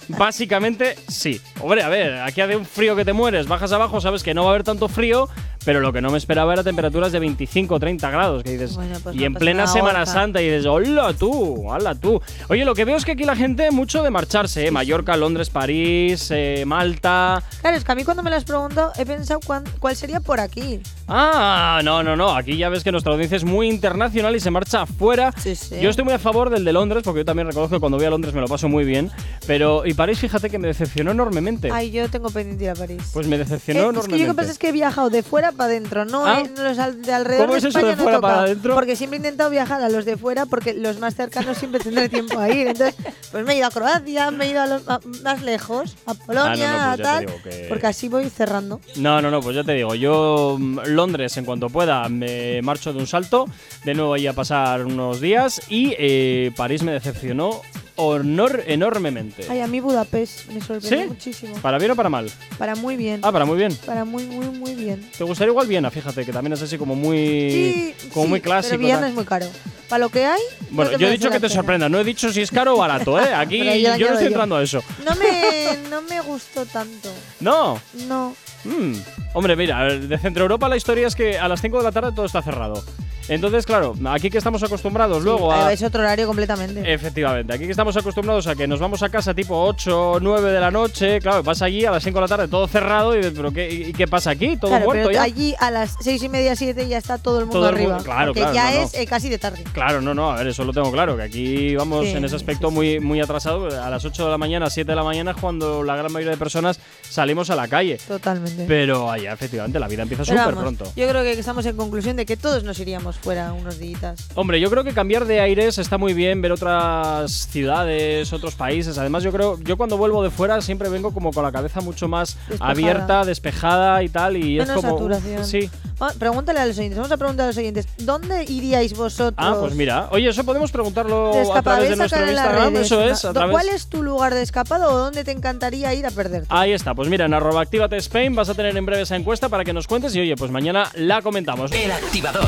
[SPEAKER 1] Básicamente sí. Hombre, a ver, aquí hace un frío que te mueres, bajas abajo, sabes que no va a haber tanto frío, pero lo que no me esperaba era temperaturas de 25 o 30 grados, que dices,
[SPEAKER 20] pues
[SPEAKER 1] y
[SPEAKER 20] no
[SPEAKER 1] en
[SPEAKER 20] pasa
[SPEAKER 1] plena
[SPEAKER 20] nada,
[SPEAKER 1] Semana
[SPEAKER 20] Gorka.
[SPEAKER 1] Santa y dices, hola tú, hola tú. Oye, lo que veo es que aquí la gente mucho de marcharse, ¿eh? Mallorca, Londres, París, eh, Malta.
[SPEAKER 3] Claro, es que a mí cuando me lo has preguntado he pensado cuán- cuál sería por aquí.
[SPEAKER 1] Ah, no, no, no, aquí ya ves que nuestra audiencia es muy internacional y se marcha afuera. Yo estoy muy a favor del de Londres, porque yo también reconozco que cuando voy a Londres me lo paso muy bien, pero y París, fíjate que me decepcionó enormemente.
[SPEAKER 3] Ay, yo tengo pendiente ir a París.
[SPEAKER 1] Pues me
[SPEAKER 3] Eh,
[SPEAKER 1] decepcionó
[SPEAKER 3] es que yo lo que
[SPEAKER 1] enormemente.
[SPEAKER 3] pasa es que he viajado de fuera para adentro, no
[SPEAKER 1] Ah.
[SPEAKER 3] en los al- de alrededor
[SPEAKER 1] ¿Cómo
[SPEAKER 3] de
[SPEAKER 1] es eso
[SPEAKER 3] España
[SPEAKER 1] de
[SPEAKER 3] no he
[SPEAKER 1] fuera para
[SPEAKER 3] tocado,
[SPEAKER 1] adentro?
[SPEAKER 3] Porque siempre he intentado viajar a los de fuera porque los más cercanos siempre tendré tiempo a ir. Entonces, pues me he ido a Croacia, me he ido a los ma- más lejos, a Polonia,
[SPEAKER 1] Ah, no, no, pues ya
[SPEAKER 3] a
[SPEAKER 1] te
[SPEAKER 3] tal,
[SPEAKER 1] digo que-
[SPEAKER 3] porque así voy cerrando.
[SPEAKER 1] No, no, no, pues ya te digo, yo mm, Londres en cuanto pueda me marcho de un salto, de nuevo ahí a pasar unos días y eh, París me decepcionó honor enormemente.
[SPEAKER 3] Ay, a mí Budapest me sorprendió
[SPEAKER 1] ¿Sí?
[SPEAKER 3] muchísimo.
[SPEAKER 1] ¿Para bien o para mal?
[SPEAKER 3] Para muy bien.
[SPEAKER 1] Ah, para muy bien.
[SPEAKER 3] Para muy, muy, muy bien.
[SPEAKER 1] ¿Te gustaría igual Viena? Fíjate, que también es así como muy, como
[SPEAKER 3] Sí,
[SPEAKER 1] muy clásico.
[SPEAKER 3] Pero Viena
[SPEAKER 1] tal.
[SPEAKER 3] es muy caro. Para lo que hay. no
[SPEAKER 1] bueno,
[SPEAKER 3] te
[SPEAKER 1] yo he
[SPEAKER 3] merece
[SPEAKER 1] dicho
[SPEAKER 3] la
[SPEAKER 1] que te
[SPEAKER 3] pena.
[SPEAKER 1] sorprenda, no he dicho si es caro o barato, ¿eh? Aquí
[SPEAKER 3] Pero ahí
[SPEAKER 1] yo no
[SPEAKER 3] lo añado
[SPEAKER 1] estoy
[SPEAKER 3] yo.
[SPEAKER 1] entrando a eso.
[SPEAKER 3] No me, no me gustó tanto.
[SPEAKER 1] No.
[SPEAKER 3] No.
[SPEAKER 1] Mm. Hombre, mira, de Centro Europa la historia es que a las 5 de la tarde todo está cerrado. Entonces, claro, aquí que estamos acostumbrados luego a...
[SPEAKER 3] Es otro horario completamente.
[SPEAKER 1] Eh, Efectivamente, aquí que estamos acostumbrados a que nos vamos a casa tipo 8 o 9 de la noche, claro, vas allí a las 5 de la tarde todo cerrado y dices, pero ¿qué, y qué pasa aquí? Todo
[SPEAKER 3] claro,
[SPEAKER 1] muerto
[SPEAKER 3] pero
[SPEAKER 1] ya.
[SPEAKER 3] allí a las seis y media, siete ya está todo el mundo
[SPEAKER 1] Todo el
[SPEAKER 3] arriba.
[SPEAKER 1] mundo, claro,
[SPEAKER 3] porque
[SPEAKER 1] claro,
[SPEAKER 3] ya
[SPEAKER 1] no, no.
[SPEAKER 3] es eh, casi de tarde.
[SPEAKER 1] Claro, no, no, a ver, eso lo tengo claro, que aquí vamos
[SPEAKER 3] Sí,
[SPEAKER 1] en ese aspecto muy, muy atrasado. pues, A las 8 de la mañana, 7 de la mañana es cuando la gran mayoría de personas salimos a la calle.
[SPEAKER 3] Totalmente.
[SPEAKER 1] Pero allá, efectivamente, la vida empieza
[SPEAKER 3] Pero
[SPEAKER 1] súper
[SPEAKER 3] vamos,
[SPEAKER 1] pronto.
[SPEAKER 3] Yo creo que estamos en conclusión de que todos nos iríamos fuera unos días.
[SPEAKER 1] Hombre, yo creo que cambiar de aires está muy bien, ver otras ciudades, otros países. Además, yo creo, yo cuando vuelvo de fuera siempre vengo como con la cabeza mucho más
[SPEAKER 3] Despejada.
[SPEAKER 1] abierta, despejada y tal. Y es
[SPEAKER 3] Menos
[SPEAKER 1] como.
[SPEAKER 3] saturación.
[SPEAKER 1] Sí.
[SPEAKER 3] Va, pregúntale a los oyentes. Vamos a preguntar a los oyentes. ¿Dónde iríais vosotros?
[SPEAKER 1] Ah, pues mira. Oye, eso podemos preguntarlo
[SPEAKER 3] De
[SPEAKER 1] a través de
[SPEAKER 3] escapadez
[SPEAKER 1] nuestro
[SPEAKER 3] sacar en las
[SPEAKER 1] Instagram.
[SPEAKER 3] redes.
[SPEAKER 1] Eso es, a
[SPEAKER 3] Do-
[SPEAKER 1] través.
[SPEAKER 3] ¿Cuál es tu lugar de escapado o dónde te encantaría ir a perderte?
[SPEAKER 1] Ahí está, pues mira, en arroba Actívate Spain vas a tener en breve esa encuesta para que nos cuentes y oye, pues mañana la comentamos. El activador.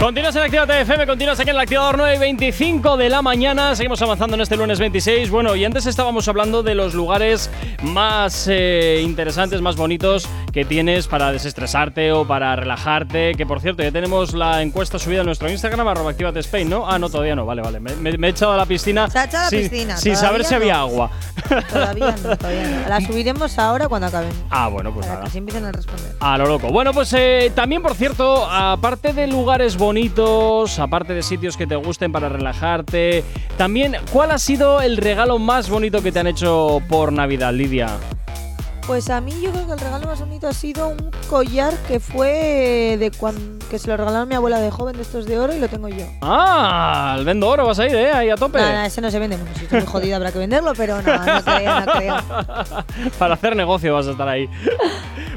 [SPEAKER 1] Continúas en Actívate FM, continúas aquí en el activador 9 y 25 de la mañana. Seguimos avanzando en este lunes 26. Bueno, y antes estábamos hablando de los lugares más eh, interesantes, más bonitos que tienes para desestresarte o para relajarte. Que por cierto, ya tenemos la encuesta subida en nuestro Instagram, arroba Actívate Spain, ¿no? Ah, no, todavía no, vale, vale. Me, me- me he echado a la piscina.
[SPEAKER 3] Se ha echado a la
[SPEAKER 1] sin-
[SPEAKER 3] piscina,
[SPEAKER 1] Sin
[SPEAKER 3] todavía
[SPEAKER 1] saber si
[SPEAKER 3] no.
[SPEAKER 1] había agua.
[SPEAKER 3] Todavía no, todavía no. La subiremos ahora cuando acaben.
[SPEAKER 1] Ah, bueno, pues
[SPEAKER 3] Para
[SPEAKER 1] nada.
[SPEAKER 3] que se empiecen a responder.
[SPEAKER 1] A lo loco. Bueno, pues eh, también, por cierto, aparte de lugares bonitos, aparte de sitios que te gusten para relajarte, también, ¿cuál ha sido el regalo más bonito que te han hecho por Navidad, Lidia?
[SPEAKER 3] Pues a mí yo creo que el regalo más bonito ha sido un collar que fue de cuando que se lo regalaron a mi abuela de joven de estos de oro y lo tengo yo.
[SPEAKER 1] Ah, al vendo oro vas a ir, ¿eh? Ahí a tope.
[SPEAKER 3] No, no, ese no se vende. Bueno, si estoy muy jodida habrá que venderlo, pero no, no creo, no creo.
[SPEAKER 1] Para hacer negocio vas a estar ahí.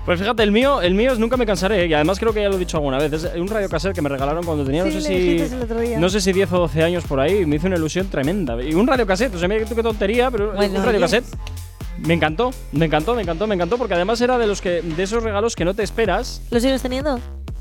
[SPEAKER 1] Pues fíjate, el mío, el mío es nunca me cansaré, ¿eh? y además creo que ya lo he dicho alguna vez. Es un radio cassette que me regalaron cuando tenía,
[SPEAKER 3] Sí,
[SPEAKER 1] no sé
[SPEAKER 3] le dijiste
[SPEAKER 1] si.
[SPEAKER 3] el otro día.
[SPEAKER 1] No sé si 10 o 12 años por ahí, y me hizo una ilusión tremenda. Y un radio cassette, o sea, mira tú qué tontería, pero
[SPEAKER 3] Bueno,
[SPEAKER 1] un radio
[SPEAKER 3] oye.
[SPEAKER 1] cassette. Me encantó, me encantó, me encantó, me encantó, porque además era de los que, de esos regalos que no te esperas.
[SPEAKER 3] ¿Lo sigues teniendo?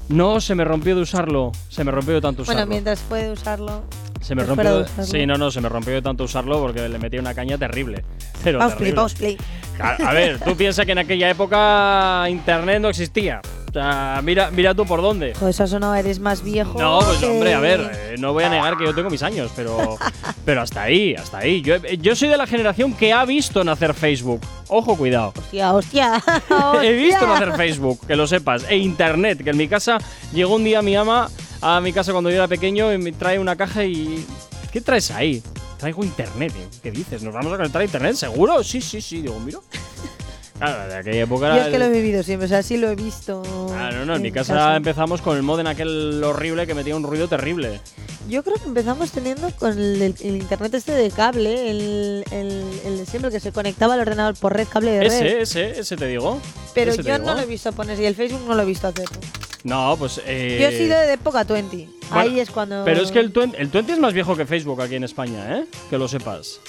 [SPEAKER 1] No se me rompió de usarlo. Se me rompió de tanto usarlo.
[SPEAKER 3] Bueno, mientras puede usarlo.
[SPEAKER 1] se me
[SPEAKER 3] te fuera
[SPEAKER 1] rompió.
[SPEAKER 3] de usarlo.
[SPEAKER 1] sí, no, no, se me rompió de tanto usarlo porque le metí una caña terrible. Pero
[SPEAKER 3] Pause play,
[SPEAKER 1] terrible.
[SPEAKER 3] pause play.
[SPEAKER 1] A, a ver, tú piensas que en aquella época internet no existía. O sea, mira, mira tú por dónde.
[SPEAKER 3] Joder, eso no, eres más viejo.
[SPEAKER 1] No, pues
[SPEAKER 3] que-
[SPEAKER 1] hombre, a ver, eh, no voy a negar que yo tengo mis años, pero, pero hasta ahí, hasta ahí. Yo, he- yo soy de la generación que ha visto nacer Facebook. Ojo, cuidado.
[SPEAKER 3] Hostia, hostia.
[SPEAKER 1] He visto
[SPEAKER 3] hostia.
[SPEAKER 1] nacer Facebook, que lo sepas. E internet, que en mi casa llegó un día mi ama a mi casa cuando yo era pequeño y me trae una caja y. ¿Qué traes ahí? Traigo internet. ¿eh? ¿Qué dices? ¿Nos vamos a conectar a internet? ¿Seguro? Sí, sí, sí. Digo, mira. Claro, de aquella época
[SPEAKER 3] Yo
[SPEAKER 1] era
[SPEAKER 3] es que lo he
[SPEAKER 1] el-
[SPEAKER 3] vivido siempre, o sea, sí lo he visto.
[SPEAKER 1] Ah, no, no, en mi casa,
[SPEAKER 3] casa.
[SPEAKER 1] empezamos con el modem aquel horrible que metía un ruido terrible.
[SPEAKER 3] Yo creo que empezamos teniendo con el, el internet este de cable, el, el- el de siempre que se conectaba al ordenador por red, cable de red.
[SPEAKER 1] Ese, ese, ese te digo.
[SPEAKER 3] Pero
[SPEAKER 1] Ese te
[SPEAKER 3] yo
[SPEAKER 1] digo.
[SPEAKER 3] no lo he visto poner y el Facebook no lo he visto hacer.
[SPEAKER 1] No, pues. eh,
[SPEAKER 3] Yo he sido de época 20. Ahí
[SPEAKER 1] bueno,
[SPEAKER 3] es cuando.
[SPEAKER 1] Pero es que el 20, el 20 es más viejo que Facebook aquí en España, ¿eh? Que lo sepas.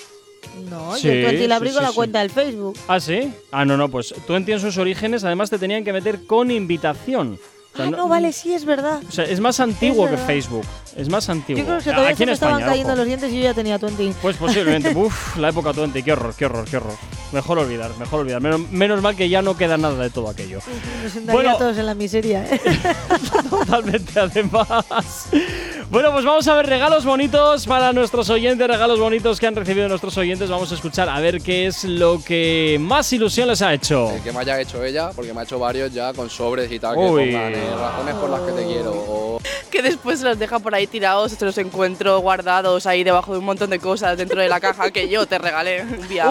[SPEAKER 3] No,
[SPEAKER 1] Sí,
[SPEAKER 3] yo el 20
[SPEAKER 1] sí,
[SPEAKER 3] le abrí con
[SPEAKER 1] sí,
[SPEAKER 3] la
[SPEAKER 1] sí.
[SPEAKER 3] cuenta del Facebook.
[SPEAKER 1] ¿Ah, sí? Ah, no, no, pues 20 en sus orígenes además te tenían que meter con invitación. O sea, mm.
[SPEAKER 3] Ah, no, vale, sí, es verdad.
[SPEAKER 1] O sea, es más antiguo que
[SPEAKER 3] verdad.
[SPEAKER 1] Facebook. Es más antiguo.
[SPEAKER 3] Yo creo que todavía
[SPEAKER 1] aquí
[SPEAKER 3] se
[SPEAKER 1] en
[SPEAKER 3] me estaban
[SPEAKER 1] España,
[SPEAKER 3] cayendo
[SPEAKER 1] ojo.
[SPEAKER 3] los dientes y yo ya tenía 20.
[SPEAKER 1] Pues posiblemente. Uf, la época 20. Qué horror, qué horror, qué horror. Mejor olvidar, mejor olvidar. Menos, menos mal que ya no queda nada de todo aquello.
[SPEAKER 3] Nos sentaría
[SPEAKER 1] Bueno.
[SPEAKER 3] todos en la miseria. ¿eh?
[SPEAKER 1] Totalmente, además. Bueno, pues vamos a ver regalos bonitos para nuestros oyentes, regalos bonitos que han recibido nuestros oyentes. Vamos a escuchar a ver qué es lo que más ilusión les ha hecho.
[SPEAKER 13] El que me haya hecho ella, porque me ha hecho varios ya con sobres y tal, que
[SPEAKER 1] Uy.
[SPEAKER 13] pongan eh, razones por las que te quiero. o-
[SPEAKER 15] Que después los deja por ahí tirados, te los encuentro guardados ahí debajo de un montón de cosas dentro de la caja que yo te regalé un día.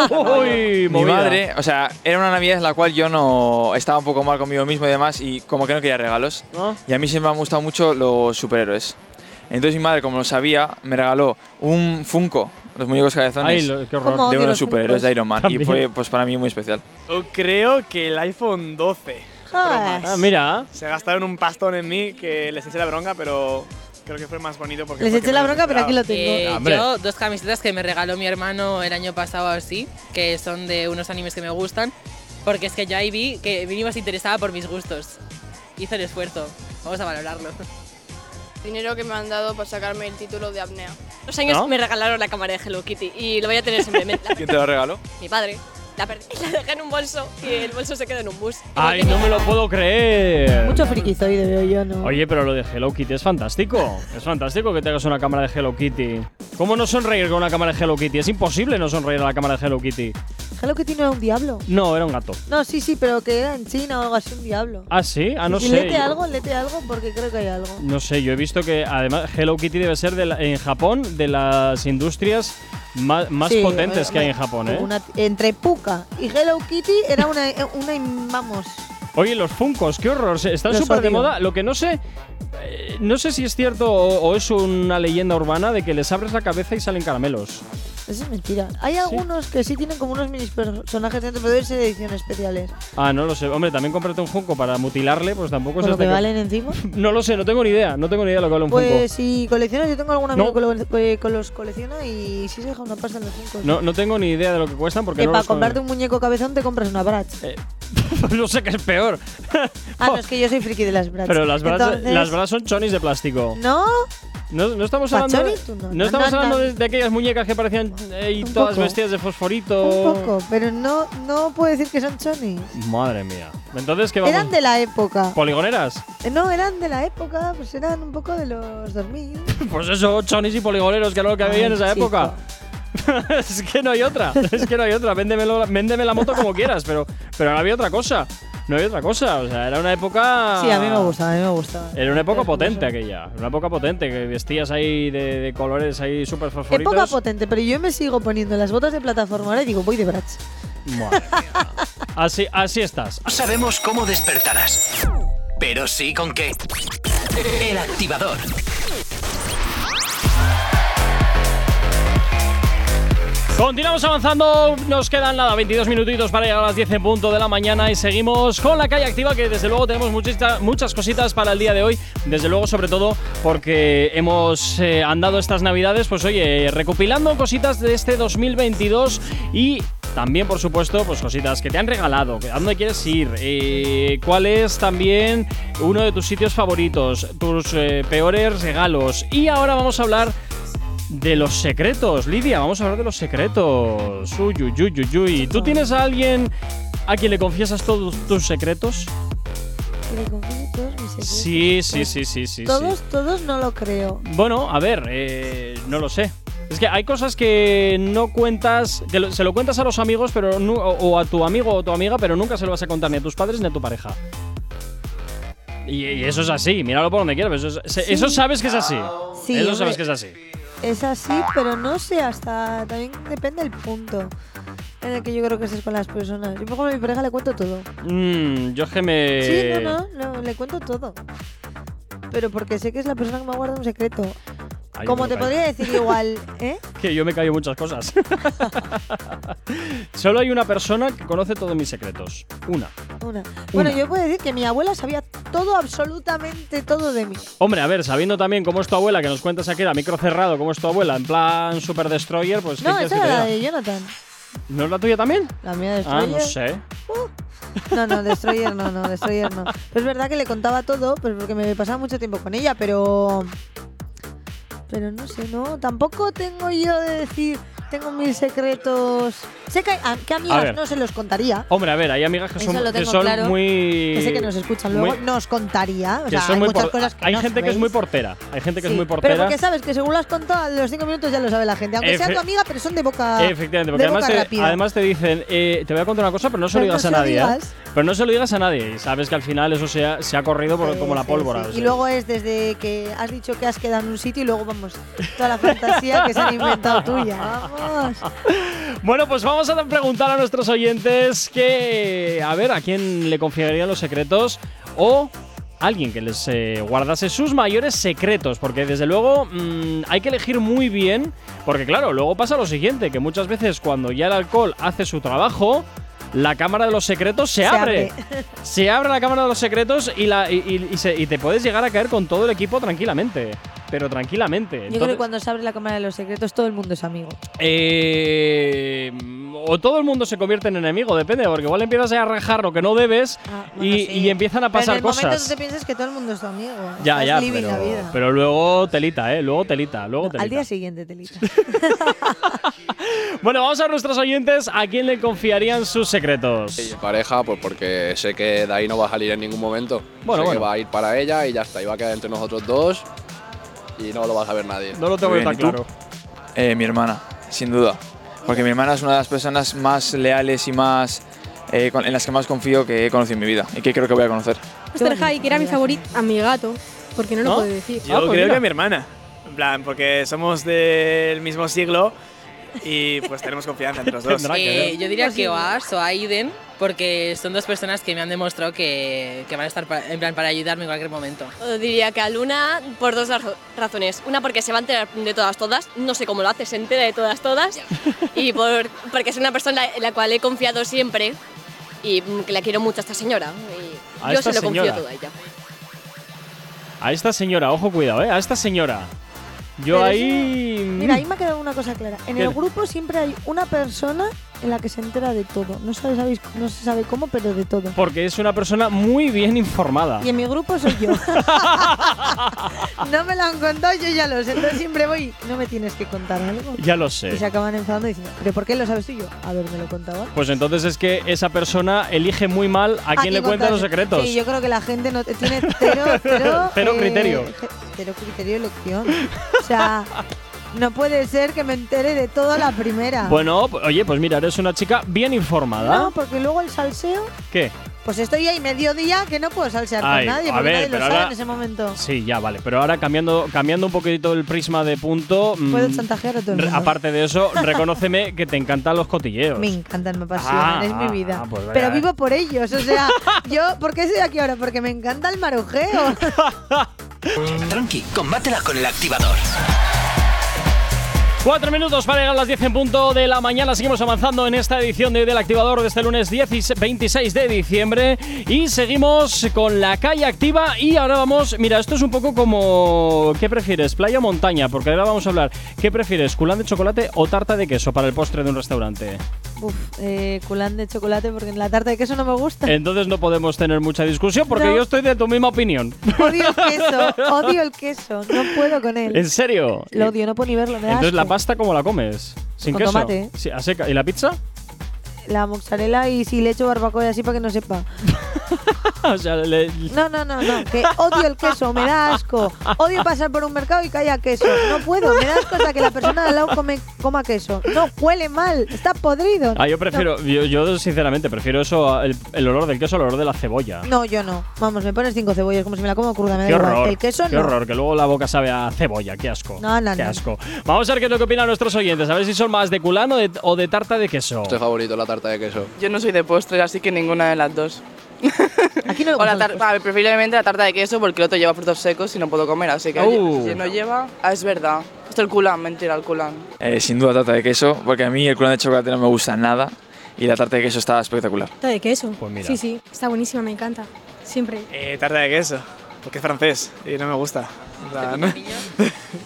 [SPEAKER 16] Mi
[SPEAKER 15] movida.
[SPEAKER 16] madre, o sea, era una Navidad en la cual yo no estaba un poco mal conmigo mismo y demás y como que no quería regalos.
[SPEAKER 1] ¿No?
[SPEAKER 16] Y a mí siempre me han gustado mucho los superhéroes. Entonces mi madre, como lo sabía, me regaló un Funko, los muñecos cabezones,
[SPEAKER 1] Ay, lo- qué horror. ¿Cómo
[SPEAKER 16] de
[SPEAKER 1] odio
[SPEAKER 16] unos
[SPEAKER 1] los
[SPEAKER 16] superhéroes de
[SPEAKER 1] Funkos?
[SPEAKER 16] Iron Man. Y
[SPEAKER 1] También.
[SPEAKER 16] fue pues, para mí muy especial.
[SPEAKER 7] Yo creo que el iPhone 12. Pro Max.
[SPEAKER 1] Ah, mira.
[SPEAKER 7] Se gastaron un pastón en mí que les eché la bronca, pero creo que fue más bonito porque.
[SPEAKER 3] Les
[SPEAKER 7] fue
[SPEAKER 3] eché
[SPEAKER 7] que
[SPEAKER 3] la
[SPEAKER 7] menos
[SPEAKER 3] bronca, pero aquí
[SPEAKER 7] esperaba.
[SPEAKER 3] lo tengo.
[SPEAKER 18] Eh,
[SPEAKER 7] Ah, hombre.
[SPEAKER 18] yo, dos camisetas que me regaló mi hermano el año pasado así, que son de unos animes que me gustan, porque es que yo ahí vi que Vini más interesada por mis gustos. Hizo el esfuerzo, vamos a valorarlo.
[SPEAKER 12] Dinero que me han dado para sacarme el título de apnea.
[SPEAKER 20] Los años
[SPEAKER 16] ¿No?
[SPEAKER 20] me regalaron la cámara de Hello Kitty y lo voy a tener siempre. Me- la-
[SPEAKER 16] ¿Quién te lo regaló?
[SPEAKER 20] mi padre. La perdí, la dejé en un bolso y el bolso se quedó en un bus.
[SPEAKER 1] Ay, no me lo puedo creer.
[SPEAKER 3] Mucho frikizoide veo yo, ¿no?
[SPEAKER 1] Oye, pero lo de Hello Kitty es fantástico. Es fantástico que tengas una cámara de Hello Kitty. ¿Cómo no sonreír con una cámara de Hello Kitty? Es imposible no sonreír a la cámara de Hello Kitty.
[SPEAKER 3] Hello Kitty no era un diablo.
[SPEAKER 1] No, era un gato.
[SPEAKER 3] No, sí, sí, pero que era en China o algo así, un diablo.
[SPEAKER 1] Ah, sí, ah, no
[SPEAKER 3] Y
[SPEAKER 1] sé.
[SPEAKER 3] Lete
[SPEAKER 1] yo-
[SPEAKER 3] algo, lete algo, porque creo que hay algo.
[SPEAKER 1] No sé, yo he visto que además Hello Kitty debe ser de la- en Japón de las industrias más, más
[SPEAKER 3] Sí,
[SPEAKER 1] potentes
[SPEAKER 3] bueno,
[SPEAKER 1] que hay en Japón, ¿eh?
[SPEAKER 3] una- entre Puka y Hello Kitty era una, una im- vamos.
[SPEAKER 1] Oye, los Funkos, qué horror, se- están
[SPEAKER 3] Los
[SPEAKER 1] súper de
[SPEAKER 3] odio.
[SPEAKER 1] moda. Lo que no sé, eh, no sé si es cierto o, o es una leyenda urbana de que les abres la cabeza y salen caramelos.
[SPEAKER 3] Eso es mentira. Hay algunos que sí tienen como unos mini personajes dentro, pero deben ser de edición especiales.
[SPEAKER 1] Ah, no lo sé. Hombre, también comprarte un Funko para mutilarle, pues tampoco
[SPEAKER 3] ¿Con
[SPEAKER 1] es
[SPEAKER 3] lo
[SPEAKER 1] hasta
[SPEAKER 3] que
[SPEAKER 1] que-
[SPEAKER 3] valen encima?
[SPEAKER 1] No lo sé, no tengo ni idea, no tengo ni idea de lo que vale un
[SPEAKER 3] Pues
[SPEAKER 1] Funko.
[SPEAKER 3] si coleccionas, yo tengo algún amigo
[SPEAKER 1] No.
[SPEAKER 3] que, lo- que- que los colecciona y sí se deja una pasta en los cinco.
[SPEAKER 1] No, no tengo ni idea de lo que cuestan porque
[SPEAKER 3] que
[SPEAKER 1] no
[SPEAKER 3] para
[SPEAKER 1] los con-
[SPEAKER 3] Eh, comprarte un muñeco cabezón te compras una Bratz.
[SPEAKER 1] no sé qué es peor.
[SPEAKER 3] Ah, no, es que yo soy friki de las Bratz.
[SPEAKER 1] Pero las bras,
[SPEAKER 3] Entonces-
[SPEAKER 1] las bras son chonis de plástico.
[SPEAKER 3] ¿No?
[SPEAKER 1] No, no estamos
[SPEAKER 3] ¿Pachoni?
[SPEAKER 1] hablando, de,
[SPEAKER 3] Tú no,
[SPEAKER 1] no
[SPEAKER 3] no,
[SPEAKER 1] estamos
[SPEAKER 3] no,
[SPEAKER 1] hablando
[SPEAKER 3] no.
[SPEAKER 1] De, de aquellas muñecas que parecían eh, y
[SPEAKER 3] Un
[SPEAKER 1] todas
[SPEAKER 3] poco.
[SPEAKER 1] vestidas de fosforito.
[SPEAKER 3] Un poco, pero no, no puedo decir que son chonis.
[SPEAKER 1] Madre mía. Entonces, ¿qué vamos?
[SPEAKER 3] Eran de la época.
[SPEAKER 1] ¿Poligoneras?
[SPEAKER 3] Eh, No, eran de la época, pues eran un poco de los 2000.
[SPEAKER 1] Pues eso, chonis y poligoneros, que era lo que había en
[SPEAKER 3] Ay,
[SPEAKER 1] esa
[SPEAKER 3] chico.
[SPEAKER 1] época. es que no hay otra. Es que no hay otra. Véndemelo- véndeme la moto como quieras, pero, pero no había otra cosa. No había otra cosa. O sea, era una época.
[SPEAKER 3] Sí, a mí me gustaba, a mí me gustaba.
[SPEAKER 1] Era una época potente aquella. Una época potente, que vestías ahí de, de colores ahí súper favoritos.
[SPEAKER 3] Época potente, pero yo me sigo poniendo las botas de plataforma ahora y digo, voy de Bratz.
[SPEAKER 1] Así, así estás.
[SPEAKER 2] No sabemos cómo despertarás, pero sí con qué. El activador.
[SPEAKER 1] Continuamos avanzando, nos quedan nada, 22 minutitos para llegar a las 10 en punto de la mañana y seguimos con la calle activa que desde luego tenemos muchita- muchas cositas para el día de hoy, desde luego sobre todo porque hemos eh, andado estas navidades, pues oye, recopilando cositas de este 2022 y también, por supuesto, pues cositas que te han regalado, que- a dónde quieres ir, eh, cuál es también uno de tus sitios favoritos, tus eh, peores regalos. Y ahora vamos a hablar de los secretos, Lidia, vamos a hablar de los secretos. Uy, uy, uy, uy, uy. ¿Tú tienes a alguien a quien le confiesas todos tus secretos?
[SPEAKER 3] Que le confieso todos mis secretos.
[SPEAKER 1] Sí, sí, sí, sí, sí. sí.
[SPEAKER 3] todos, todos no lo creo.
[SPEAKER 1] Bueno, a ver, eh, no lo sé. Es que hay cosas que no cuentas, que lo- se lo cuentas a los amigos pero nu- o o a tu amigo o tu amiga, pero nunca se lo vas a contar ni a tus padres ni a tu pareja. Y, y eso es así, míralo por donde quieras, pero eso, es- se-
[SPEAKER 3] Sí.
[SPEAKER 1] eso sabes que es así.
[SPEAKER 3] Sí,
[SPEAKER 1] eso
[SPEAKER 3] hombre.
[SPEAKER 1] sabes que es así.
[SPEAKER 3] Es así, pero no sé, hasta también depende el punto en el que yo creo que estés con las personas. Yo, por ejemplo, a mi pareja le cuento todo.
[SPEAKER 1] Mm, yo es que me...
[SPEAKER 3] Sí, no, no, no, le cuento todo. Pero porque sé que es la persona que me guarda un secreto.
[SPEAKER 1] Ay,
[SPEAKER 3] Como
[SPEAKER 1] me
[SPEAKER 3] te
[SPEAKER 1] parece.
[SPEAKER 3] podría decir igual, ¿eh?
[SPEAKER 1] Que yo me callo muchas cosas. Solo hay una persona que conoce todos mis secretos. Una.
[SPEAKER 3] Una. Bueno,
[SPEAKER 1] Una.
[SPEAKER 3] yo puedo decir que mi abuela sabía todo, absolutamente todo de mí.
[SPEAKER 1] Hombre, a ver, sabiendo también cómo es tu abuela, que nos cuentas aquí a micro cerrado, cómo es tu abuela, en plan Super Destroyer, pues. ¿qué
[SPEAKER 3] No,
[SPEAKER 1] quieres
[SPEAKER 3] esa
[SPEAKER 1] que te
[SPEAKER 3] era la
[SPEAKER 1] diga?
[SPEAKER 3] de Jonathan.
[SPEAKER 1] ¿No es la tuya también?
[SPEAKER 3] La mía de
[SPEAKER 1] Ah,
[SPEAKER 3] Destroyer.
[SPEAKER 1] no sé.
[SPEAKER 3] No, no, Destroyer no, no, Destroyer no. Pero es verdad que le contaba todo, pues porque me pasaba mucho tiempo con ella, pero. Pero no sé, no. Tampoco tengo yo de decir, tengo mil secretos. Sé que, a, que amigas
[SPEAKER 1] ver.
[SPEAKER 3] no se los contaría.
[SPEAKER 1] Hombre, a ver, hay amigas que
[SPEAKER 3] Eso
[SPEAKER 1] son,
[SPEAKER 3] lo
[SPEAKER 1] que
[SPEAKER 3] tengo
[SPEAKER 1] son
[SPEAKER 3] claro,
[SPEAKER 1] muy.
[SPEAKER 3] que sé que nos escuchan luego,
[SPEAKER 1] muy-
[SPEAKER 3] nos contaría. O
[SPEAKER 1] que
[SPEAKER 3] sea,
[SPEAKER 1] son
[SPEAKER 3] hay
[SPEAKER 1] muy
[SPEAKER 3] muchas
[SPEAKER 1] por-
[SPEAKER 3] cosas que
[SPEAKER 1] hay
[SPEAKER 3] no
[SPEAKER 1] gente que es
[SPEAKER 3] sabéis.
[SPEAKER 1] muy portera. Hay gente que
[SPEAKER 3] Sí,
[SPEAKER 1] es muy portera.
[SPEAKER 3] Pero porque sabes que según lo has contado, a los cinco minutos ya lo sabe la gente. Aunque sea
[SPEAKER 1] Efe-
[SPEAKER 3] tu amiga, pero son de boca.
[SPEAKER 1] Efectivamente, porque
[SPEAKER 3] de boca
[SPEAKER 1] además te,
[SPEAKER 3] rápida.
[SPEAKER 1] además te dicen, eh, te voy a contar una cosa, pero no se lo
[SPEAKER 3] Pero no
[SPEAKER 1] digas
[SPEAKER 3] se
[SPEAKER 1] a
[SPEAKER 3] lo
[SPEAKER 1] nadie. ¿eh?
[SPEAKER 3] digas.
[SPEAKER 1] Pero no se lo digas a nadie. Y sabes que al final eso se ha, se ha corrido por- como la pólvora. o
[SPEAKER 3] Y
[SPEAKER 1] sea.
[SPEAKER 3] luego es desde que has dicho que has quedado en un sitio y luego vamos, toda la fantasía que se han inventado tuya. Vamos.
[SPEAKER 1] Bueno, pues vamos a preguntar a nuestros oyentes que, a ver, a quién le confiarían los secretos o alguien que les eh, guardase sus mayores secretos, porque desde luego mm, hay que elegir muy bien, porque claro, luego pasa lo siguiente, que muchas veces cuando ya el alcohol hace su trabajo, la cámara de los secretos se,
[SPEAKER 3] Se
[SPEAKER 1] abre.
[SPEAKER 3] abre.
[SPEAKER 1] Se abre la cámara de los secretos y, la, y, y- y se- y te puedes llegar a caer con todo el equipo tranquilamente, pero tranquilamente.
[SPEAKER 3] Yo creo
[SPEAKER 1] Entonces-
[SPEAKER 3] que cuando se abre la cámara de los secretos todo el mundo es amigo.
[SPEAKER 1] eh, o todo el mundo se convierte en enemigo, depende, porque igual empiezas a rajar lo que no debes y, y empiezan a
[SPEAKER 3] Ah, pero en
[SPEAKER 1] pasar
[SPEAKER 3] el momento tú
[SPEAKER 1] cosas.
[SPEAKER 3] te piensas que todo el mundo es tu amigo.
[SPEAKER 1] Ya,
[SPEAKER 3] Estás
[SPEAKER 1] ya,
[SPEAKER 3] living la
[SPEAKER 1] pero,
[SPEAKER 3] vida.
[SPEAKER 1] pero luego telita, ¿eh? Luego telita, luego
[SPEAKER 3] Al
[SPEAKER 1] telita.
[SPEAKER 3] día siguiente, Telita.
[SPEAKER 1] Bueno, vamos a nuestros oyentes, ¿a quién le confiarían sus secretos?
[SPEAKER 13] Pareja, pues porque sé que de ahí no va a salir en ningún momento.
[SPEAKER 1] Bueno,
[SPEAKER 13] sé
[SPEAKER 1] bueno.
[SPEAKER 13] que va a ir para ella y ya está. Y va a quedar entre nosotros dos y no lo va a saber nadie.
[SPEAKER 1] No lo tengo
[SPEAKER 16] Muy
[SPEAKER 1] tan
[SPEAKER 16] bien, ¿y
[SPEAKER 1] claro.
[SPEAKER 16] tú? Eh, mi hermana, sin duda. Porque mi hermana es una de las personas más leales y más. eh, con- en las que más confío que he conocido en mi vida y que creo que voy a conocer.
[SPEAKER 17] Mr. High, que era mi favorito, a mi gato, porque no,
[SPEAKER 7] ¿No?
[SPEAKER 17] lo puedo decir.
[SPEAKER 1] Ah,
[SPEAKER 7] Yo
[SPEAKER 1] pues
[SPEAKER 7] creo que a mi hermana. En plan, porque somos del mismo siglo y pues tenemos confianza entre los dos.
[SPEAKER 18] Eh, yo diría que Oas o Aiden, porque son dos personas que me han demostrado que, que van a estar pa- en plan para ayudarme en cualquier momento.
[SPEAKER 20] Eh, Diría que a Luna por dos razo- razones. Una porque se va a enterar de todas, todas. No sé cómo lo hace, se entera de todas, todas. Y por, porque es una persona en la cual he confiado siempre y mm, que la quiero mucho a esta señora. Y
[SPEAKER 1] A
[SPEAKER 20] yo
[SPEAKER 1] esta
[SPEAKER 20] se lo
[SPEAKER 1] señora.
[SPEAKER 20] confío todo a ella.
[SPEAKER 1] A esta señora, ojo, cuidado, ¿eh? A esta señora. Yo
[SPEAKER 3] Pero
[SPEAKER 1] ahí.
[SPEAKER 3] Mira, ahí me ha quedado una cosa clara. En
[SPEAKER 1] Mm. ¿Qué?
[SPEAKER 3] el grupo siempre hay una persona en la que se entera de todo. No, sabe- sabéis- no se sabe cómo, pero de todo.
[SPEAKER 1] Porque es una persona muy bien informada.
[SPEAKER 3] Y en mi grupo soy yo. no me lo han contado, yo ya lo sé. Entonces siempre voy, no me tienes que contar algo.
[SPEAKER 1] Ya lo sé.
[SPEAKER 3] Y se acaban enfadando diciendo, ¿pero por qué lo sabes tú y yo? A ver, me lo contaba.
[SPEAKER 1] Pues entonces es que esa persona elige muy mal a quién le cuenta los secretos.
[SPEAKER 3] Ah, Sí, yo creo que la gente no tiene cero, eh, cero,
[SPEAKER 1] Cero criterio.
[SPEAKER 3] je- Cero criterio de elección. O sea, No puede ser que me entere de todo a la primera.
[SPEAKER 1] Bueno, p- oye, pues mira, eres una chica bien informada.
[SPEAKER 3] Ah. No, porque luego el salseo.
[SPEAKER 1] ¿Qué?
[SPEAKER 3] Pues estoy ahí mediodía que no puedo salsear
[SPEAKER 1] Ay,
[SPEAKER 3] con nadie,
[SPEAKER 1] a
[SPEAKER 3] porque
[SPEAKER 1] ver,
[SPEAKER 3] nadie lo
[SPEAKER 1] pero
[SPEAKER 3] sabe
[SPEAKER 1] ahora-
[SPEAKER 3] en ese momento.
[SPEAKER 1] Sí, ya vale. Pero ahora cambiando, cambiando un poquitito el prisma de punto. mm,
[SPEAKER 3] Puedo chantajear a todo el
[SPEAKER 1] re-
[SPEAKER 3] mundo.
[SPEAKER 1] aparte de eso, reconóceme que te encantan los cotilleos.
[SPEAKER 3] Me encantan, me apasionan,
[SPEAKER 1] Ah,
[SPEAKER 3] es mi vida.
[SPEAKER 1] ah, pues vaya,
[SPEAKER 3] Pero
[SPEAKER 1] eh.
[SPEAKER 3] vivo por ellos, o sea, yo, ¿por qué estoy aquí ahora? Porque me encanta el marujeo.
[SPEAKER 2] Tranqui, combátela con el activador.
[SPEAKER 1] Cuatro minutos para llegar a las 10 en punto de la mañana. Seguimos avanzando en esta edición de hoy del Activador de este lunes 10 y se- 26 de diciembre. Y seguimos con la calle activa. Y ahora vamos. Mira, esto es un poco como. ¿Qué prefieres? ¿Playa o montaña? Porque ahora vamos a hablar. ¿Qué prefieres? ¿Culán de chocolate o tarta de queso para el postre de un restaurante?
[SPEAKER 3] Uf, eh, culán de chocolate, porque en la tarta de queso no me gusta.
[SPEAKER 1] Entonces no podemos tener mucha discusión porque
[SPEAKER 3] No.
[SPEAKER 1] yo estoy de tu misma opinión.
[SPEAKER 3] Odio el queso, odio el queso, no puedo con él.
[SPEAKER 1] ¿En serio?
[SPEAKER 3] Lo odio, no puedo ni verlo, me da
[SPEAKER 1] Entonces, ¿la
[SPEAKER 3] asco.
[SPEAKER 1] pasta cómo la comes? ¿Sin
[SPEAKER 3] Con
[SPEAKER 1] queso?
[SPEAKER 3] tomate.
[SPEAKER 1] Sí, a seca. ¿Y la pizza?
[SPEAKER 3] La mozzarella y si le echo barbacoa y así para que no sepa.
[SPEAKER 1] o sea, le-
[SPEAKER 3] No, no, no, no, que odio el queso, me da asco. Odio pasar por un mercado y que haya queso. No puedo, me da asco hasta que la persona de al lado come- coma queso. No, huele mal, está podrido.
[SPEAKER 1] Ah, yo
[SPEAKER 3] No.
[SPEAKER 1] prefiero, yo, yo sinceramente prefiero eso, a- el, el olor del queso al olor de la cebolla.
[SPEAKER 3] No, yo no. Vamos, me pones cinco cebollas como si me la como cruda. Me da
[SPEAKER 1] Qué
[SPEAKER 3] igual.
[SPEAKER 1] horror,
[SPEAKER 3] El queso
[SPEAKER 1] qué
[SPEAKER 3] no.
[SPEAKER 1] horror, que luego la boca sabe a cebolla, qué asco.
[SPEAKER 3] No, no,
[SPEAKER 1] qué
[SPEAKER 3] no.
[SPEAKER 1] asco. Vamos a ver qué es lo que opinan nuestros oyentes, a ver si son más de culán o de, o de tarta de queso.
[SPEAKER 13] Este favorito, la tarta de queso.
[SPEAKER 15] Yo no soy de postres, así que ninguna de las dos.
[SPEAKER 3] Aquí no
[SPEAKER 15] o la tarta, a ver, preferiblemente la tarta de queso porque el otro lleva frutos secos y no puedo comer, así que
[SPEAKER 16] Uh.
[SPEAKER 15] si no lleva, ah, es verdad. Esto el culán, mentira, el culán.
[SPEAKER 16] Eh, sin duda tarta de queso, porque a mí el culán de chocolate no me gusta nada y la tarta de queso está espectacular.
[SPEAKER 17] Tarta de queso.
[SPEAKER 16] Pues mira.
[SPEAKER 17] Sí, sí, está buenísima, me encanta. Siempre.
[SPEAKER 7] Eh, tarta de queso, porque es francés y no me gusta. O sea, no-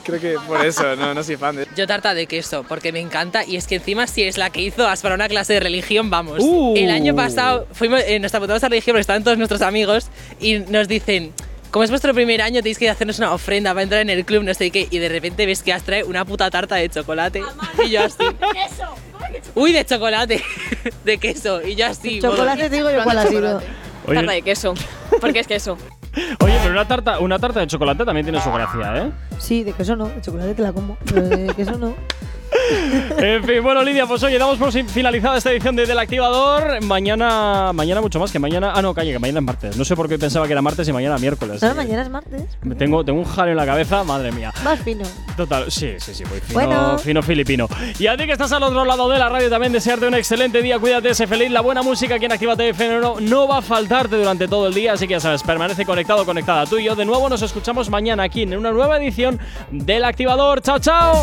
[SPEAKER 7] Creo que por eso, no, no soy fan de...
[SPEAKER 18] Yo tarta de queso, porque me encanta y es que encima si es la que hizo hasta para una clase de religión, vamos.
[SPEAKER 15] Uh.
[SPEAKER 18] El año pasado fuimos, eh, nos apuntamos a religión porque estaban todos nuestros amigos y nos dicen, como es vuestro primer año tenéis que ir a hacernos una ofrenda para entrar en el club, no sé qué, y de repente ves que has trae una puta tarta de chocolate y yo así, uy, de chocolate, de queso, y yo así.
[SPEAKER 3] Chocolate, te digo yo cuál ha sido.
[SPEAKER 1] Oye. Tarta
[SPEAKER 20] de queso, porque es queso.
[SPEAKER 1] Oye, pero una tarta, una tarta de chocolate también tiene su gracia, ¿eh?
[SPEAKER 3] Sí, de queso no. De chocolate te la como. Pero de queso no.
[SPEAKER 1] En fin, bueno, Lidia, pues oye, damos por sin- finalizada esta edición de Del Activador. Mañana, mañana mucho más que mañana. Ah, no, calle, que mañana es martes. No sé por qué pensaba que era martes y mañana miércoles.
[SPEAKER 3] No, mañana es martes.
[SPEAKER 1] Me Tengo, tengo un jaleo en la cabeza, madre mía.
[SPEAKER 3] Más fino.
[SPEAKER 1] Total, sí, sí, sí, muy fino,
[SPEAKER 3] Bueno.
[SPEAKER 1] fino filipino. Y a ti que estás al otro lado de la radio también desearte un excelente día, cuídate, sé feliz, la buena música aquí en Actívate FM no, no va a faltarte durante todo el día, así que ya sabes, permanece conectado, conectada tú y yo. De nuevo nos escuchamos mañana aquí en una nueva edición del Activador. ¡Chao, chao!